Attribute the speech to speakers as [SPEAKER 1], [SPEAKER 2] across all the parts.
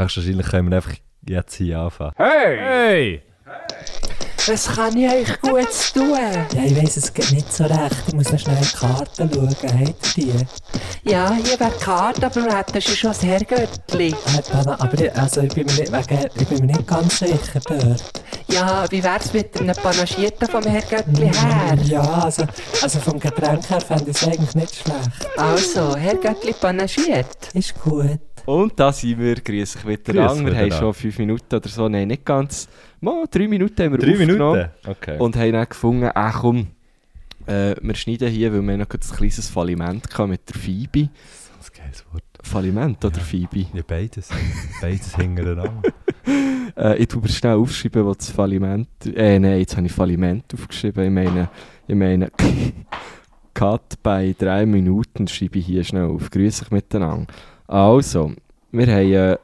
[SPEAKER 1] Höchstwahrscheinlich können wir einfach jetzt hier anfangen.
[SPEAKER 2] Hey!
[SPEAKER 3] Was kann ich euch Gutes tun?
[SPEAKER 4] Ja, ich weiss, es geht nicht so recht. Ich muss noch schnell in die Karten schauen. Habt ihr die?
[SPEAKER 3] Ja, hier wäre die Karte, aber das ist schon das Herrgöttli.
[SPEAKER 4] Äh, Dana, aber ich, also ich, bin mir nicht, wegen, ich bin mir nicht ganz sicher dort.
[SPEAKER 3] Ja, wie wär's mit einem Panagierten vom Herrgöttli her?
[SPEAKER 4] Ja, also, also vom Getränk her fände ich es eigentlich nicht schlecht.
[SPEAKER 3] Also, Herrgöttli panagiert.
[SPEAKER 4] Ist gut.
[SPEAKER 5] Und da sind wir, grüß euch wieder
[SPEAKER 1] Grüß
[SPEAKER 5] an. Wir haben
[SPEAKER 1] miteinander.
[SPEAKER 5] schon fünf Minuten oder so, nein, nicht ganz. Mal drei Minuten haben wir
[SPEAKER 1] Drei
[SPEAKER 5] aufgenommen.
[SPEAKER 1] Minuten? Okay.
[SPEAKER 5] Und haben dann gefunden, ach komm, äh, wir schneiden hier, weil wir noch kurz ein kleines Falliment hatten mit der Phoebe.
[SPEAKER 1] das ist ein geiles Wort.
[SPEAKER 5] Falliment oder Phoebe?
[SPEAKER 1] Ja, beides. Beides hintereinander.
[SPEAKER 5] Äh, ich tue mir schnell aufschreiben, was das Falliment... Äh, nein, jetzt habe ich Falliment aufgeschrieben. Ich meine, ich meine... Cut bei drei Minuten schreibe ich hier schnell auf. Grüß euch miteinander. Also, wir haben äh,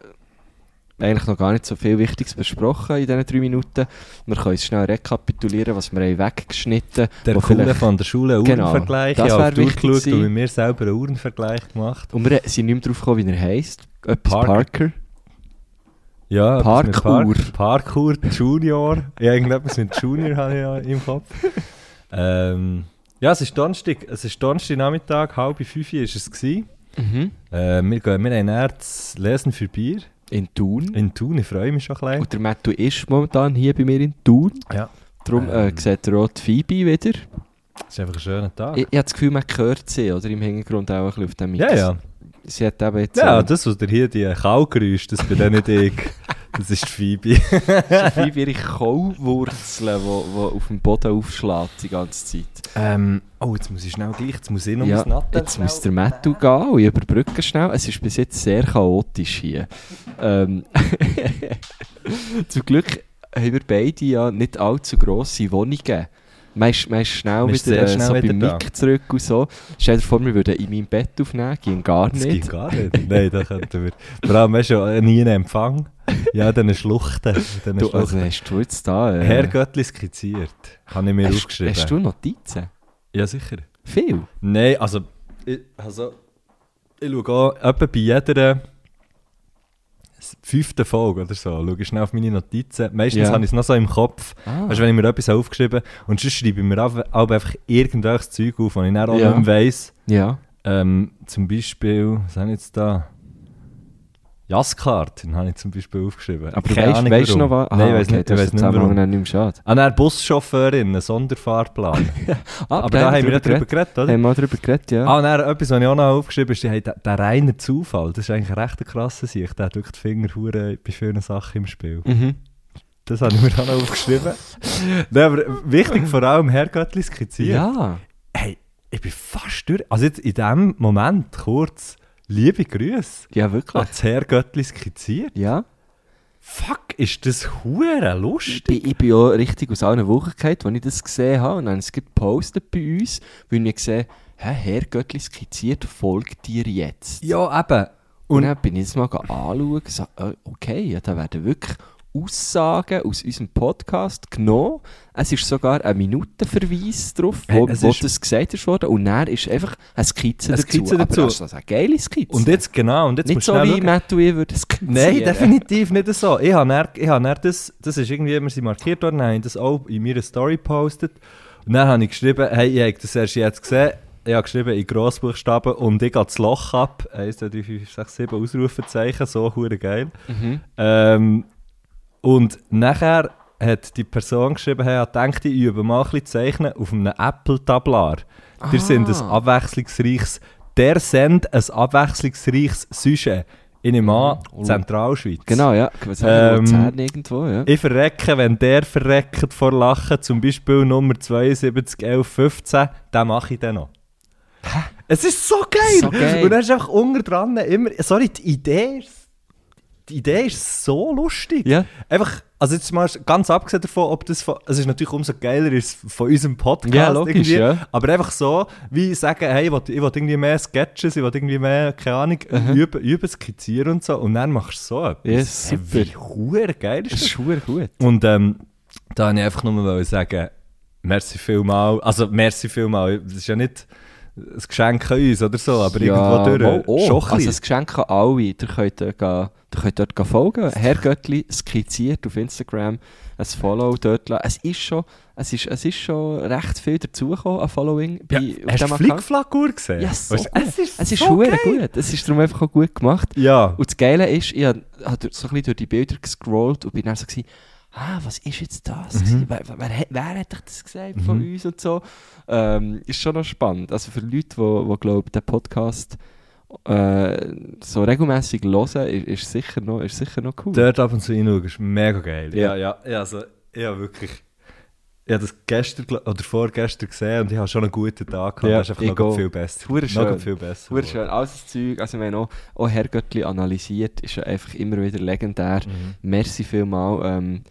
[SPEAKER 5] eigentlich noch gar nicht so viel Wichtiges besprochen in diesen drei Minuten. Wir können jetzt schnell rekapitulieren, was wir haben weggeschnitten
[SPEAKER 1] Der
[SPEAKER 5] wo
[SPEAKER 1] Kunde
[SPEAKER 5] vielleicht-
[SPEAKER 1] von der Schule
[SPEAKER 5] Genau,
[SPEAKER 1] Uhrenvergleich.
[SPEAKER 5] das
[SPEAKER 1] ich
[SPEAKER 5] wär
[SPEAKER 1] habe
[SPEAKER 5] wichtig
[SPEAKER 1] durchgeschaut und
[SPEAKER 5] gewesen.
[SPEAKER 1] mit mir selber einen Uhrenvergleich gemacht.
[SPEAKER 5] Und wir sind nicht mehr drauf gekommen, wie er heisst. Etwas
[SPEAKER 1] Parker.
[SPEAKER 5] Parker.
[SPEAKER 1] Ja, etwas mit
[SPEAKER 5] Parkour.
[SPEAKER 1] Park Parkour Junior. ja, irgendetwas mit Junior habe ich ja im Kopf. Ähm, ja, es ist Donnerstag. Es ist Donnerstagnachmittag, halb fünf Uhr war es. gewesen.
[SPEAKER 5] Mhm.
[SPEAKER 1] Äh, wir, gehen, wir haben dann das Lesen für Bier
[SPEAKER 5] In Thun.
[SPEAKER 1] in Thun. Ich freue mich schon ein bisschen.
[SPEAKER 5] Und der Mattu ist momentan hier bei mir in Thun.
[SPEAKER 1] Ja.
[SPEAKER 5] Darum äh,
[SPEAKER 1] Ähm.
[SPEAKER 5] sieht er auch die Phoebe wieder.
[SPEAKER 1] Es ist einfach ein schöner Tag.
[SPEAKER 5] Ich, ich habe das Gefühl, man hört sie, oder? Im Hintergrund auch ein bisschen auf dem Mix.
[SPEAKER 1] ja, ja.
[SPEAKER 5] Sie hat eben jetzt...
[SPEAKER 1] Ja,
[SPEAKER 5] äh,
[SPEAKER 1] das, was ihr hier die Kaugeräusche, das bin dann nicht ich. Das ist die Phoebe.
[SPEAKER 5] Wie wäre ich Kaulwurzeln, die auf dem Boden aufschlägt die ganze Zeit.
[SPEAKER 1] Ähm, oh, jetzt muss ich schnell gleich, jetzt muss ich noch
[SPEAKER 5] ja,
[SPEAKER 1] ins Natter.
[SPEAKER 5] jetzt muss der Mattu gehen und ich überbrücke schnell. Es ist bis jetzt sehr chaotisch hier. Ähm, Zum Glück haben wir beide ja nicht allzu grosse Wohnungen. Man ist, man ist schnell
[SPEAKER 1] Man ist
[SPEAKER 5] wieder
[SPEAKER 1] sehr
[SPEAKER 5] äh,
[SPEAKER 1] schnell
[SPEAKER 5] so
[SPEAKER 1] wieder
[SPEAKER 5] beim
[SPEAKER 1] da.
[SPEAKER 5] Mic zurück und so. Stell dir vor, wir würden in meinem Bett aufnehmen, ging gar
[SPEAKER 1] Das
[SPEAKER 5] nicht.
[SPEAKER 1] geht gar nicht. Nein, da könnten wir. Vor allem hast du ja nie einen Empfang. Ja, dann Schluchten. Dann
[SPEAKER 5] Du, also
[SPEAKER 1] Schluchten.
[SPEAKER 5] hast du jetzt da... Äh,
[SPEAKER 1] Herr Göttli skizziert. Habe ich mir
[SPEAKER 5] hast,
[SPEAKER 1] aufgeschrieben.
[SPEAKER 5] hast du Notizen?
[SPEAKER 1] Ja, sicher.
[SPEAKER 5] Viel?
[SPEAKER 1] Nein, also. Ich, also, ich schaue auch etwa bei jeder fünften Folge oder so. Schaue ich schnell auf meine Notizen. Meistens
[SPEAKER 5] Ja.
[SPEAKER 1] habe ich es noch so im Kopf.
[SPEAKER 5] Ah.
[SPEAKER 1] Weißt du, wenn ich mir etwas aufgeschrieben habe. Und sonst schreibe ich mir auch, auch einfach irgendwelches Zeug auf, und ich dann auch
[SPEAKER 5] Ja.
[SPEAKER 1] nicht mehr weiss.
[SPEAKER 5] Ja.
[SPEAKER 1] Ähm, zum Beispiel, was haben wir jetzt da? Jaskart, den habe ich zum Beispiel aufgeschrieben.
[SPEAKER 5] Aber weißt, weißt du noch Ah, was?
[SPEAKER 1] Nein, ich weiß nicht, ich weiss nicht warum.
[SPEAKER 5] nicht mehr schade.
[SPEAKER 1] Ah, nein, Buschauffeurin, ein Sonderfahrplan. Aber da haben wir ja drüber geredet, oder?
[SPEAKER 5] Haben wir auch drüber geredet, ja.
[SPEAKER 1] Ah, und dann, etwas, was ich auch noch aufgeschrieben habe, ist, die haben der reine Zufall. Das ist eigentlich eine recht krasse Sicht. Der hat wirklich die Finger hure bei vielen Sachen im Spiel.
[SPEAKER 5] Mhm.
[SPEAKER 1] Das habe ich mir auch noch aufgeschrieben. nein, aber wichtig vor allem, Herrgöttli skizziert.
[SPEAKER 5] Ja.
[SPEAKER 1] Hey, ich bin fast durch. Also jetzt in dem Moment kurz, liebe Grüße.
[SPEAKER 5] Ja, wirklich.
[SPEAKER 1] Hat das Herrgöttli skizziert?
[SPEAKER 5] Ja.
[SPEAKER 1] Fuck, ist das hure
[SPEAKER 5] Ich,
[SPEAKER 1] lustig?
[SPEAKER 5] bin- ich bin auch richtig aus allen Wochen gekommen, als ich das gesehen habe. Und dann haben sie es gepostet bei uns, weil ich gesehen habe, Herr Göttli skizziert, folgt dir jetzt.
[SPEAKER 1] Ja, eben.
[SPEAKER 5] Und,
[SPEAKER 1] Und-
[SPEAKER 5] dann bin ich jetzt mal angeschaut und gesagt, äh, okay, ja, da werden wirklich Aussagen aus unserem Podcast genommen. Es ist sogar ein Minutenverweis drauf,
[SPEAKER 1] Hey,
[SPEAKER 5] wo,
[SPEAKER 1] es
[SPEAKER 5] wo
[SPEAKER 1] ist-
[SPEAKER 5] das gesagt ist worden. Und dann ist einfach eine Skizze
[SPEAKER 1] Eine
[SPEAKER 5] dazu.
[SPEAKER 1] Skizze dazu.
[SPEAKER 5] Aber das ist also eine geile Skizze.
[SPEAKER 1] Und jetzt genau, und jetzt
[SPEAKER 5] Nicht
[SPEAKER 1] musst
[SPEAKER 5] so
[SPEAKER 1] du schnell
[SPEAKER 5] wie
[SPEAKER 1] schauen.
[SPEAKER 5] Matt und ich würden skizzieren.
[SPEAKER 1] Nein, definitiv nicht so. Ich habe dann, ich habe dann das, das ist irgendwie, wir sind markiert worden, dann habe ich das auch in meiner Story gepostet. Und dann habe ich geschrieben, hey, ich habe das erst jetzt gesehen. Ich habe geschrieben in Grossbuchstaben und ich gehe das Loch ab. 1, 2, 3, 4, 5, 6, 7 Ausrufezeichen, so hure geil. Ähm, und nachher hat die Person geschrieben, hey, ich dachte, ich übe mal ein bisschen zeichnen auf einem Apple-Tablar. Wir sind ein abwechslungsreiches, der sendet ein abwechslungsreiches Sujet. Ich nehme an, Zentralschweiz.
[SPEAKER 5] Genau, ja. Was
[SPEAKER 1] Ähm,
[SPEAKER 5] haben wir Luzern irgendwo, ja.
[SPEAKER 1] Ich verrecke, wenn der verreckt vor Lachen, zum Beispiel Nummer 72, 11, 15, den mache ich dann noch. Es ist so geil!
[SPEAKER 5] So geil.
[SPEAKER 1] Und dann ist einfach unten dran immer, sorry, die Idee ist, die Idee ist so lustig.
[SPEAKER 5] Ja.
[SPEAKER 1] Einfach, also jetzt mal ganz abgesehen davon, ob das von, es ist natürlich umso geiler ist von unserem Podcast.
[SPEAKER 5] Ja, logisch,
[SPEAKER 1] irgendwie.
[SPEAKER 5] ja.
[SPEAKER 1] Aber einfach so, wie sagen, hey, ich will, ich will irgendwie mehr Sketches, ich will irgendwie mehr, keine Ahnung, üben, üben, skizzieren und so. Und dann machst du so etwas.
[SPEAKER 5] Yes,
[SPEAKER 1] Hey,
[SPEAKER 5] super.
[SPEAKER 1] wie huere geil ist
[SPEAKER 5] Das
[SPEAKER 1] das?
[SPEAKER 5] ist schwer gut.
[SPEAKER 1] Und ähm, da wollte ich einfach nur mal sagen, merci vielmal. Also, merci vielmal. Das ist ja nicht, ein Geschenk an uns oder so, aber irgendwo
[SPEAKER 5] mal,
[SPEAKER 1] durch. schon ein
[SPEAKER 5] also
[SPEAKER 1] bisschen.
[SPEAKER 5] das Geschenk an alle. Ihr könnt dort, gehen- ihr könnt dort gehen folgen. Herr Göttli skizziert auf Instagram ein Follow dort. lassen. Es ist schon, es ist, es ist schon recht viel dazugekommen an Following.
[SPEAKER 1] ja,
[SPEAKER 5] auf
[SPEAKER 1] hast
[SPEAKER 5] diesem
[SPEAKER 1] du
[SPEAKER 5] Account.
[SPEAKER 1] Flickflagur gesehen?
[SPEAKER 5] Ja, so
[SPEAKER 1] Weißt du, es ist,
[SPEAKER 5] Es ist
[SPEAKER 1] so
[SPEAKER 5] hure
[SPEAKER 1] geil.
[SPEAKER 5] gut. Es ist darum einfach auch gut gemacht.
[SPEAKER 1] Ja,
[SPEAKER 5] Und das Geile ist, ich habe hab durch- so ein bisschen durch die Bilder gescrollt und bin dann so gewesen, ah, was ist jetzt das? gewesen? Wer, wer, wer, hat- wer hat euch das gesagt von uns und so? Ähm, ist schon noch spannend. Also für Leute, die, wo, glaub, den Podcast äh, so regelmäßig hören, ist, ist, sicher noch, ist sicher noch cool.
[SPEAKER 1] dort ab und zu hinschauen, ist mega geil.
[SPEAKER 5] Ja.
[SPEAKER 1] Ja, ja, ja, also, ja wirklich. Ich habe das gestern gl- oder vorgestern gesehen und ich habe schon einen guten Tag gehabt.
[SPEAKER 5] Ja,
[SPEAKER 1] das ist
[SPEAKER 5] ich
[SPEAKER 1] einfach noch
[SPEAKER 5] auch.
[SPEAKER 1] viel besser.
[SPEAKER 5] Hure
[SPEAKER 1] Noch
[SPEAKER 5] schön.
[SPEAKER 1] viel besser.
[SPEAKER 5] Super schön, alles das Zeug. Also, wenn auch, auch Herr Göttli analysiert, ist ja einfach immer wieder legendär.
[SPEAKER 1] Mhm.
[SPEAKER 5] Merci vielmal ähm,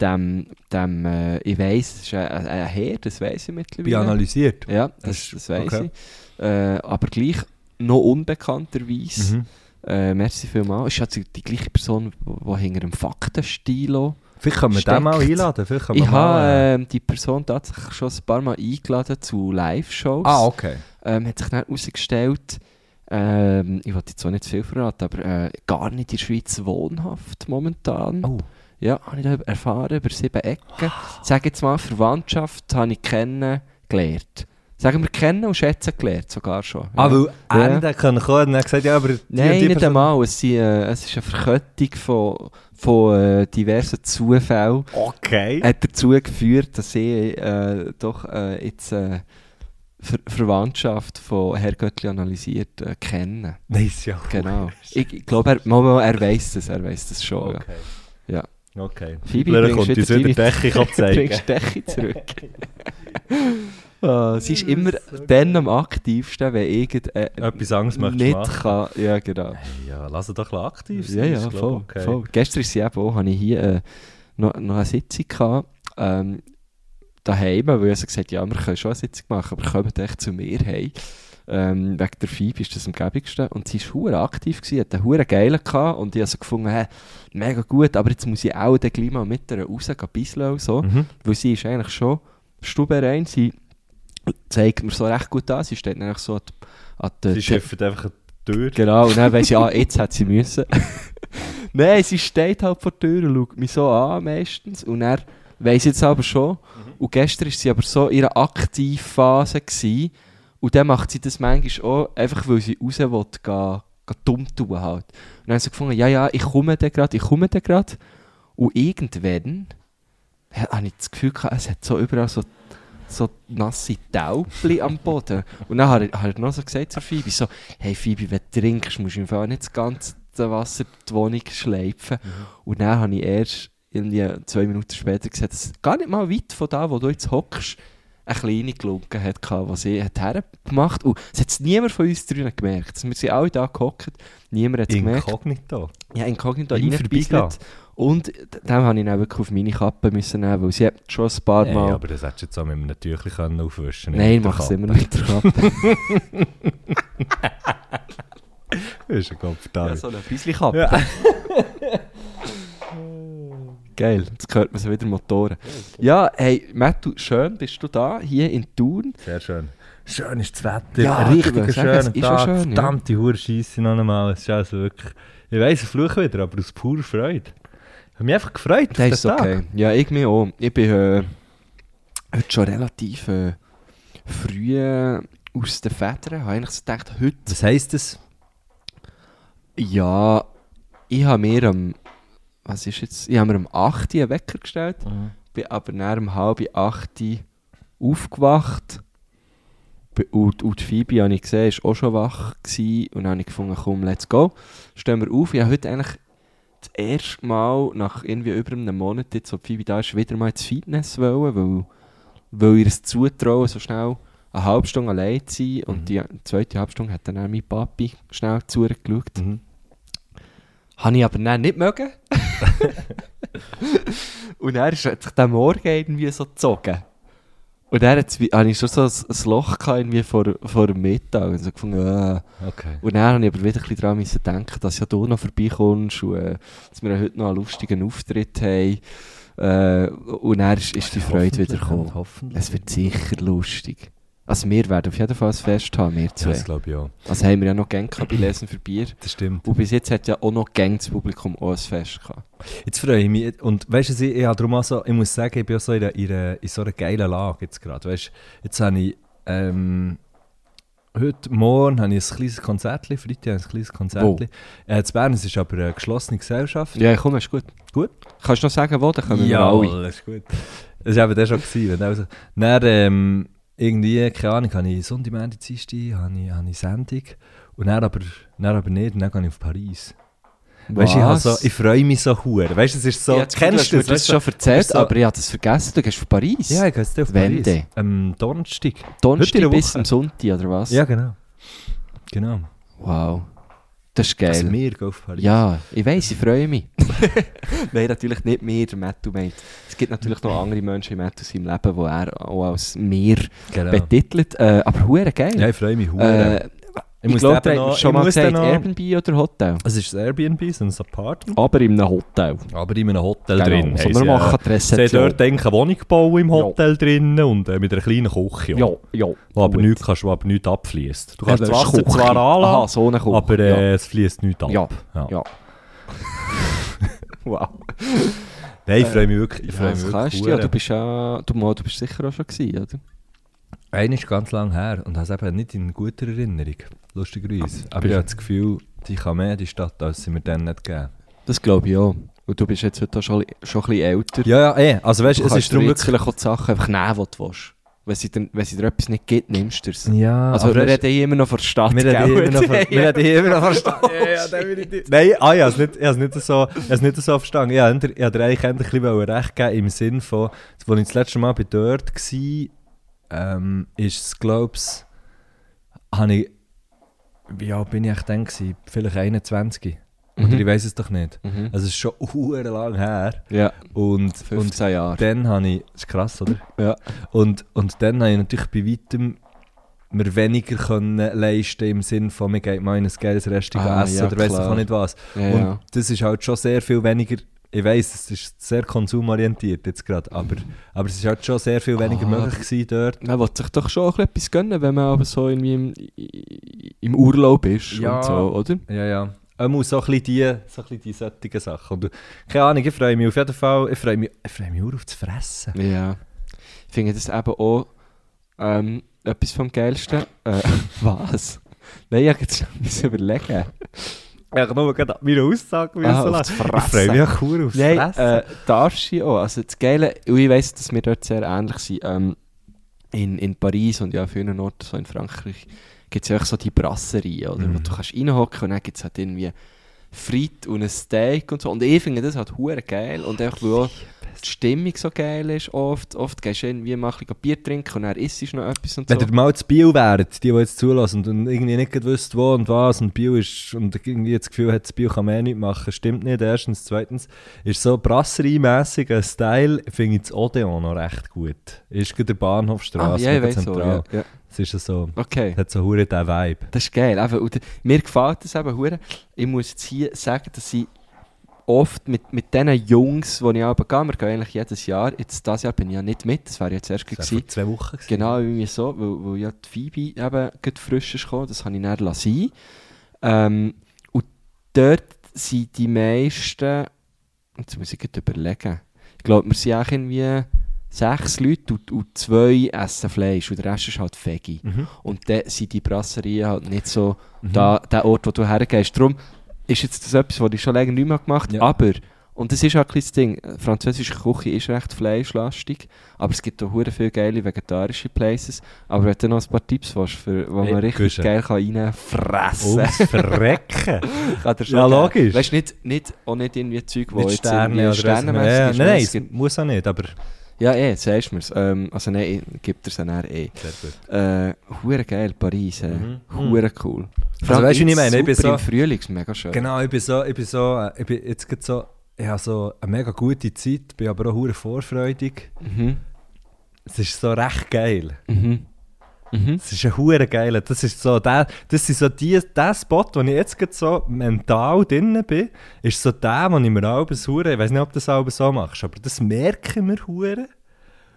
[SPEAKER 5] dem, dem äh, ich weiss, es ist ein, ein ein Herr, das weiss ich
[SPEAKER 1] Ich bin
[SPEAKER 5] mittlerweile.
[SPEAKER 1] analysiert.
[SPEAKER 5] Ja,
[SPEAKER 1] Das-
[SPEAKER 5] das, das weiss
[SPEAKER 1] okay.
[SPEAKER 5] ich. Äh, aber gleich noch unbekannterweise.
[SPEAKER 1] Mhm.
[SPEAKER 5] Äh, merci vielmals. Ist ja die, die gleiche Person, die hinter dem Faktenstilo.
[SPEAKER 1] Vielleicht können wir
[SPEAKER 5] Steckt.
[SPEAKER 1] den mal einladen. Vielleicht können wir
[SPEAKER 5] Ich habe
[SPEAKER 1] mal, äh,
[SPEAKER 5] ähm, die Person tatsächlich schon ein paar Mal eingeladen zu Live-Shows.
[SPEAKER 1] ah, okay.
[SPEAKER 5] ähm, hat sich dann herausgestellt, ähm, ich wollte jetzt auch nicht zu viel verraten, aber äh, gar nicht in der Schweiz wohnhaft momentan.
[SPEAKER 1] Oh.
[SPEAKER 5] Ja, habe ich da erfahren, über sieben Ecken. Sag jetzt mal, Verwandtschaft habe ich kennengelernt. Sagen wir kennen und schätzen gelernt, sogar schon.
[SPEAKER 1] Ah,
[SPEAKER 5] ja.
[SPEAKER 1] weil
[SPEAKER 5] Ja.
[SPEAKER 1] Ende kann kommen und dann gesagt, ja, aber die,
[SPEAKER 5] Nein,
[SPEAKER 1] und die
[SPEAKER 5] nicht
[SPEAKER 1] Person-
[SPEAKER 5] einmal. Es, sind, äh, es ist eine Verkettung von, von äh, diversen Zufällen.
[SPEAKER 1] Okay.
[SPEAKER 5] hat dazu geführt, dass ich äh, doch äh, jetzt äh, Ver Verwandtschaft von Herr Göttli analysiert äh, kenne.
[SPEAKER 1] Nein, ist ja
[SPEAKER 5] Genau. Ich, ich glaube, er, mal, mal, er weiß das, er weiß das schon. Oh, Ja.
[SPEAKER 1] Okay.
[SPEAKER 5] Ja.
[SPEAKER 1] Okay.
[SPEAKER 5] Phoebe,
[SPEAKER 1] Fiebler
[SPEAKER 5] bringst
[SPEAKER 1] kommt uns
[SPEAKER 5] wieder
[SPEAKER 1] wieder
[SPEAKER 5] deine-
[SPEAKER 1] Decke abzeigen.
[SPEAKER 5] Bringst Dechi zurück. Ah, sie ist immer dann am aktivsten, wenn irgend äh,
[SPEAKER 1] Etwas Angst möchtest du
[SPEAKER 5] nicht
[SPEAKER 1] machen.
[SPEAKER 5] kann. Ja, genau.
[SPEAKER 1] Ja, lass ihn doch ein bisschen aktiv
[SPEAKER 5] Ja,
[SPEAKER 1] sein.
[SPEAKER 5] ja,
[SPEAKER 1] ist, glaub ich,
[SPEAKER 5] voll,
[SPEAKER 1] okay.
[SPEAKER 5] voll. Gestern ist sie eben auch, habe ich hier äh, noch, noch eine Sitzung gehabt, ähm, daheim, weil sie gesagt ja, wir können schon eine Sitzung machen, aber kommt echt zu mir hey. Ähm, wegen der Phoebe ist das am gäbigsten. Und sie war hure aktiv, gewesen, hat einen hure geilen gehabt und ich habe so gefunden, hä, mega gut, aber jetzt muss ich auch den gleich mal mit ihr raus, gehen bisseln und so.
[SPEAKER 1] Mhm.
[SPEAKER 5] Weil sie ist eigentlich schon stubenrein, sie zeigt mir so recht gut an, sie steht nämlich so an, die- an der
[SPEAKER 1] Sie schiffen einfach die Tür.
[SPEAKER 5] Genau, und dann weiss ich, ah, jetzt hat sie müssen. Nein, sie steht halt vor der Tür und schaut mich so an meistens. Und er weiss jetzt aber schon. Und gestern war sie aber so in ihrer Aktivphase. Gewesen. Und dann macht sie das manchmal auch, einfach weil sie raus will, gehen, gehen dumm tun halt. Und dann haben sie gefunden, ja, ja, ich komme dann gerade, ich komme dann gerade. Und irgendwann ha- habe ich das Gefühl gehabt, es hat so überall so, so nasse Taubli am Boden. Und dann habe ich, habe ich noch so gesagt zu Phoebe, so, hey Phoebe, wenn du trinkst, musst du im Fall nicht das ganze Wasser die Wohnung schleifen. Und dann habe ich erst irgendwie zwei Minuten später gesehen, dass gar nicht mal weit von da, wo du jetzt hockst, eine kleine Glunke hat gehabt, die sie hat hergemacht hat. Und es hat niemand von uns drinnen gemerkt. Wir sind alle da gehockt, niemand hat es gemerkt.
[SPEAKER 1] Inkognito.
[SPEAKER 5] Ja, inkognito
[SPEAKER 1] Im Vorbeigehen.
[SPEAKER 5] reingebisselt. Und d- dem habe ich dann wirklich auf meine Kappe müssen nehmen, weil sie hat schon ein paar
[SPEAKER 1] Nein,
[SPEAKER 5] Mal...
[SPEAKER 1] aber das hättest du jetzt auch mit einem Tüchli können aufwischen können.
[SPEAKER 5] Nein, mach es immer mit der Kappe.
[SPEAKER 1] Das ist ja komfortabel.
[SPEAKER 5] so eine Füßli-Kappe.
[SPEAKER 1] Ja.
[SPEAKER 5] Geil, jetzt hört man so wieder Motoren. Ja, hey, Mattu, schön bist du da, hier in Thun.
[SPEAKER 1] Sehr schön. Schön ist das Wetter.
[SPEAKER 5] Ja,
[SPEAKER 1] Ja,
[SPEAKER 5] ich würde
[SPEAKER 1] richtig
[SPEAKER 5] sagen, es
[SPEAKER 1] schön.
[SPEAKER 5] ist auch schön, ja.
[SPEAKER 1] Verdammte ja. Hure Scheisse noch einmal. Es ist also wirklich... Ich weiss, ich fluche wieder, aber aus purer Freude. Ich habe mich einfach gefreut auf
[SPEAKER 5] Das
[SPEAKER 1] den
[SPEAKER 5] ist
[SPEAKER 1] Tag.
[SPEAKER 5] okay. Ja, ich mich auch. Ich bin äh, heute schon relativ äh, früh äh, aus den Federn. Ich habe eigentlich so gedacht, heute
[SPEAKER 1] Was heisst das?
[SPEAKER 5] Ja, ich habe mir am. Was ist jetzt? Ich habe mir am 8. Uhr einen Wecker gestellt, bin aber nach um halb 8 Uhr aufgewacht. Be- Und, und die Phoebe, habe ich gesehen, war auch schon wach. Gewesen, und dann habe ich gefunden, komm, let's go. Stehen wir auf. Ich habe heute eigentlich das erste Mal nach irgendwie über einem Monat, jetzt, wo die Phoebe da ist, wieder mal ins Fitness wollen, weil, weil ihr es zutrauen, so schnell eine halbe Stunde allein zu sein. Und die zweite halbe Stunde hat dann auch mein Papi schnell zugeschaut.
[SPEAKER 1] Mhm.
[SPEAKER 5] Habe ich aber dann nicht mögen. und er hat sich den Morgen irgendwie so gezogen. Und dann hat's wie- hatte ich schon so ein, ein Loch gehabt irgendwie vor, vor dem Mittag. Und so gefunden, äh.
[SPEAKER 1] Okay.
[SPEAKER 5] Und dann habe ich aber wieder ein bisschen daran müssen denken, dass ja du noch vorbeikommst und äh, dass wir heute noch einen lustigen Auftritt haben. Äh, und dann ist, ist die Freude wieder gekommen.
[SPEAKER 1] Hoffentlich.
[SPEAKER 5] Es wird sicher lustig. Also wir werden auf jeden Fall ein Fest haben, wir zwei.
[SPEAKER 1] Das glaube ich auch.
[SPEAKER 5] Also haben wir ja noch Gang gehabt bei Lesen für Bier.
[SPEAKER 1] Das stimmt.
[SPEAKER 5] Und bis jetzt hat ja auch noch Gang das Publikum auch ein Fest gehabt.
[SPEAKER 1] Jetzt freue ich mich. Und weißt du, was ich, ich, habe darum auch so, ich muss sagen, ich bin auch so in, einer- in, einer- in so einer geilen Lage jetzt gerade. Weißt du, jetzt habe ich. Ähm, heute Morgen habe ich ein kleines Konzert, Freitag habe ich ein kleines Konzert. Äh, in Bern, es ist aber eine geschlossene Gesellschaft.
[SPEAKER 5] Ja, komm, ist gut.
[SPEAKER 1] Gut.
[SPEAKER 5] Kannst du noch sagen, wo? Dann kommen wir alle.
[SPEAKER 1] Jawohl, das ist gut. Das war eben der schon. Gewesen, wenn der so- dann, ähm, irgendwie, keine Ahnung, habe ich Sonntag, Montag, Dienstag, habe ich, habe ich Sendung. Und dann aber, dann aber nicht, und dann gehe ich auf Paris. Weißt du, ich, habe
[SPEAKER 5] Was?
[SPEAKER 1] so, ich freue mich so hure. Weißt du, es ist so.
[SPEAKER 5] Ich habe Gefühl,
[SPEAKER 1] kennst du
[SPEAKER 5] hast mir das
[SPEAKER 1] weißt du,
[SPEAKER 5] schon erzählt,
[SPEAKER 1] weißt du, so-
[SPEAKER 5] aber ich habe das vergessen. Du gehst von Paris.
[SPEAKER 1] Ja, ich gehe jetzt auf
[SPEAKER 5] Wenn
[SPEAKER 1] Paris.
[SPEAKER 5] denn?
[SPEAKER 1] Am Donnerstag. Heute in
[SPEAKER 5] Donnerstag
[SPEAKER 1] der
[SPEAKER 5] bis
[SPEAKER 1] Woche.
[SPEAKER 5] am Sonntag, oder was?
[SPEAKER 1] Ja, genau. Genau.
[SPEAKER 5] Wow. Das ist geil.
[SPEAKER 1] Also wir gehen auf Paris.
[SPEAKER 5] Äh, ja, ich weiss, ich freue mich. Nein, natürlich nicht mehr, der Mattu meint. Es gibt natürlich noch andere Menschen im Mattu seinem Leben, die er auch als mir
[SPEAKER 1] genau.
[SPEAKER 5] betitelt. Äh, aber hure geil.
[SPEAKER 1] Ja, ich freue mich hure.
[SPEAKER 5] äh,
[SPEAKER 1] ich
[SPEAKER 5] ich
[SPEAKER 1] muss
[SPEAKER 5] glaube,
[SPEAKER 1] eben
[SPEAKER 5] der hat mir
[SPEAKER 1] noch-
[SPEAKER 5] schon
[SPEAKER 1] ich
[SPEAKER 5] mal
[SPEAKER 1] muss
[SPEAKER 5] gesagt,
[SPEAKER 1] dann noch-
[SPEAKER 5] Airbnb oder Hotel.
[SPEAKER 1] es ist ein Airbnb, so ein Apartment.
[SPEAKER 5] Aber in einem Hotel.
[SPEAKER 1] Aber in einem Hotel
[SPEAKER 5] Genau,
[SPEAKER 1] drin.
[SPEAKER 5] So,
[SPEAKER 1] haben
[SPEAKER 5] wir
[SPEAKER 1] sie,
[SPEAKER 5] machen
[SPEAKER 1] äh,
[SPEAKER 5] die
[SPEAKER 1] Sie haben
[SPEAKER 5] Rezeption.
[SPEAKER 1] dort denke, eine Wohnung gebaut im
[SPEAKER 5] Ja.
[SPEAKER 1] Hotel drinnen und äh, mit einer kleinen Küche.
[SPEAKER 5] Ja, ja.
[SPEAKER 1] Wo aber
[SPEAKER 5] gut.
[SPEAKER 1] nichts, kannst, wo aber nichts abfließt. Du kannst das
[SPEAKER 5] Eben,
[SPEAKER 1] Wasser
[SPEAKER 5] Küche.
[SPEAKER 1] zwar
[SPEAKER 5] Aha,
[SPEAKER 1] anlassen,
[SPEAKER 5] so eine Küche.
[SPEAKER 1] aber äh, es fließt nichts ab.
[SPEAKER 5] Ja,
[SPEAKER 1] Ja.
[SPEAKER 5] ja. wow.
[SPEAKER 1] Nein, ich freue mich wirklich. Ich
[SPEAKER 5] Ja,
[SPEAKER 1] freue
[SPEAKER 5] das
[SPEAKER 1] mich
[SPEAKER 5] Äh, kannst
[SPEAKER 1] wirklich.
[SPEAKER 5] du, ja,
[SPEAKER 1] hure.
[SPEAKER 5] du bist ja, du, mal, du bist sicher auch schon gewesen, oder?
[SPEAKER 1] Einer ist ganz lang her und habe es eben nicht in guter Erinnerung, lustigerweise.
[SPEAKER 5] Ah,
[SPEAKER 1] Aber ich habe das Gefühl, die kann mehr die Stadt, als sie mir dann nicht gegeben
[SPEAKER 5] Das glaube ich auch. Und du bist jetzt heute auch schon, schon ein bisschen älter.
[SPEAKER 1] Ja, ja, eh. Also weißt du,
[SPEAKER 5] du,
[SPEAKER 1] es ist darum
[SPEAKER 5] wirklich...
[SPEAKER 1] wirklich...
[SPEAKER 5] vielleicht auch die Sachen einfach nehmen, die du willst. Wenn sie, dir, wenn sie dir etwas nicht gibt, nimmst du es.
[SPEAKER 1] Ja,
[SPEAKER 5] Also wir
[SPEAKER 1] aber
[SPEAKER 5] reden hier immer noch von der Stadt,
[SPEAKER 1] wir reden
[SPEAKER 5] gell?
[SPEAKER 1] hier immer noch ver- wir reden hier immer noch verstanden. ja, ja, definitiv. Nein, ah, ja, es nicht, ich habe es nicht so, ich habe es nicht so verstanden. Ich wollte dir- ich wollte dir eigentlich ein bisschen wollen recht geben im Sinn von, als ich das letzte Mal bei dort war, ähm, ist es, glaube ich, habe ich, wie alt bin ich eigentlich dann gewesen? Vielleicht 21. Oder
[SPEAKER 5] Mhm.
[SPEAKER 1] ich weiß es doch nicht.
[SPEAKER 5] Mhm.
[SPEAKER 1] Also es ist schon hure lang her.
[SPEAKER 5] Ja,
[SPEAKER 1] Und, und
[SPEAKER 5] 15 Jahre.
[SPEAKER 1] dann habe ich. Das ist krass, oder?
[SPEAKER 5] Ja.
[SPEAKER 1] Und, und dann habe ich natürlich bei weitem mir weniger können leisten im Sinn von, mir geht mal in ein geiles Restaurant
[SPEAKER 5] Ah,
[SPEAKER 1] essen
[SPEAKER 5] ja,
[SPEAKER 1] oder weiß ich
[SPEAKER 5] klar.
[SPEAKER 1] auch nicht was.
[SPEAKER 5] Ja,
[SPEAKER 1] und
[SPEAKER 5] ja.
[SPEAKER 1] das ist halt schon sehr viel weniger. Ich weiss, es ist sehr konsumorientiert jetzt gerade, aber, aber es ist halt schon sehr viel weniger
[SPEAKER 5] Ah,
[SPEAKER 1] möglich gewesen dort.
[SPEAKER 5] Man will sich doch schon auch etwas gönnen, wenn man aber so irgendwie im, im Urlaub ist
[SPEAKER 1] Ja.
[SPEAKER 5] und so, oder?
[SPEAKER 1] Ja, ja. Er muss so ein bisschen die, so ein bisschen die solchen Sachen. Und, du- keine Ahnung, ich freue mich auf jeden Fall, ich freue mich, ich freue mich auch auf das Fressen.
[SPEAKER 5] Ja. Ich finde das eben auch ähm, etwas vom Geilsten. Äh, was? Nein, ich muss jetzt schon überlegen.
[SPEAKER 1] Ich habe nur gerade meine Aussage
[SPEAKER 5] Ah,
[SPEAKER 1] müssen
[SPEAKER 5] auf
[SPEAKER 1] lassen.
[SPEAKER 5] das Fressen.
[SPEAKER 1] Ich freue mich auch cool aufs
[SPEAKER 5] Nein,
[SPEAKER 1] Fressen.
[SPEAKER 5] äh, darfst du auch. Also das Geile, und ich weiss, dass wir dort sehr ähnlich sind. Ähm, in, in Paris und ja, an vielen Orten, so in Frankreich, gibt es ja auch so die Brasserie, oder? Wo
[SPEAKER 1] Mhm.
[SPEAKER 5] du kannst reinhocken und dann gibt es halt irgendwie Frit und ein Steak und so. Und ich finde das halt hure geil. Und einfach, weil auch die Stimmung so geil ist oft. Oft gehst du irgendwie mal ein bisschen Bier trinken und dann isst du noch etwas und
[SPEAKER 1] Wenn
[SPEAKER 5] so.
[SPEAKER 1] ihr mal zu Bio wäret, die, die jetzt zulassen und irgendwie nicht gerade wisst, wo und was und Bio ist und irgendwie das Gefühl hat, das Bio kann man eh nicht machen, stimmt nicht, erstens. Zweitens ist so brasseriemässiger Style, finde ich das Odeon noch recht gut. Ist gerade der Bahnhofstraße,
[SPEAKER 5] ah, ja, ich
[SPEAKER 1] mega
[SPEAKER 5] weiss so, ja, ja.
[SPEAKER 1] Es ist ja so,
[SPEAKER 5] Okay.
[SPEAKER 1] hat so hure den Vibe.
[SPEAKER 5] Das ist geil. Eben, und mir gefällt das eben hure. Ich muss jetzt hier sagen, dass ich oft mit, mit diesen Jungs, die ich aber gehe, wir gehen eigentlich jedes Jahr, jetzt dieses Jahr bin ich ja nicht mit, das wäre jetzt erst
[SPEAKER 1] Das war
[SPEAKER 5] gewesen.
[SPEAKER 1] vor zwei Wochen. gewesen.
[SPEAKER 5] Genau, irgendwie so, weil, weil ja die Phoebe eben gerade frisch ist gekommen, das habe ich dann lassen. Ähm, und dort sind die meisten, jetzt muss ich gerade überlegen, ich glaube, wir sind auch irgendwie sechs Leute und, und zwei essen Fleisch und der Rest ist halt Veggie.
[SPEAKER 1] Mhm.
[SPEAKER 5] Und dann sind die Brasserien halt nicht so da, der Ort, wo du hergehst. Darum ist jetzt das etwas, was ich schon länger nicht mehr gemacht habe.
[SPEAKER 1] Ja.
[SPEAKER 5] Aber, und das ist halt ein bisschen das Ding, äh, französische Küche ist recht fleischlastig, aber es gibt auch hure viele geile vegetarische Places. Aber wenn du noch ein paar Tipps hast, für, wo
[SPEAKER 1] Ey,
[SPEAKER 5] man richtig
[SPEAKER 1] Küche.
[SPEAKER 5] geil kann reinfressen
[SPEAKER 1] Ums Oh, Verrecken!
[SPEAKER 5] kann,
[SPEAKER 1] ja, logisch.
[SPEAKER 5] Weißt du, nicht, nicht, auch nicht irgendwie Zeug, wo
[SPEAKER 1] Mit
[SPEAKER 5] jetzt irgendwie
[SPEAKER 1] oder weiss ich nicht.
[SPEAKER 5] sternenmässig
[SPEAKER 1] Ja, Nein,
[SPEAKER 5] ist, weil
[SPEAKER 1] nein,
[SPEAKER 5] es
[SPEAKER 1] es
[SPEAKER 5] gibt-
[SPEAKER 1] muss auch nicht, aber
[SPEAKER 5] Ja, eh, jetzt sagst du mir's. Ähm, also nein, ich- gibt es dann eh.
[SPEAKER 1] sehr gut.
[SPEAKER 5] Äh, hure geil, Paris, hey.
[SPEAKER 1] Mhm.
[SPEAKER 5] Hure cool.
[SPEAKER 1] Also weisst du, wie ich meine? Ich bin
[SPEAKER 5] super
[SPEAKER 1] so-
[SPEAKER 5] im Frühling ist mega schön.
[SPEAKER 1] Genau, ich bin so, ich bin so, äh, ich bin jetzt gerade so, ich habe so eine mega gute Zeit, bin aber auch hure vorfreudig.
[SPEAKER 5] Mhm.
[SPEAKER 1] Es ist so recht geil.
[SPEAKER 5] Mhm. Mhm.
[SPEAKER 1] Es ist ein hure geil. Das ist so der, das ist so die, der Spot, wo ich jetzt gerade so mental drin bin, ist so der, wo ich mir auch hure, ich weiß nicht, ob du das auch so machst, aber das merke ich mir hure.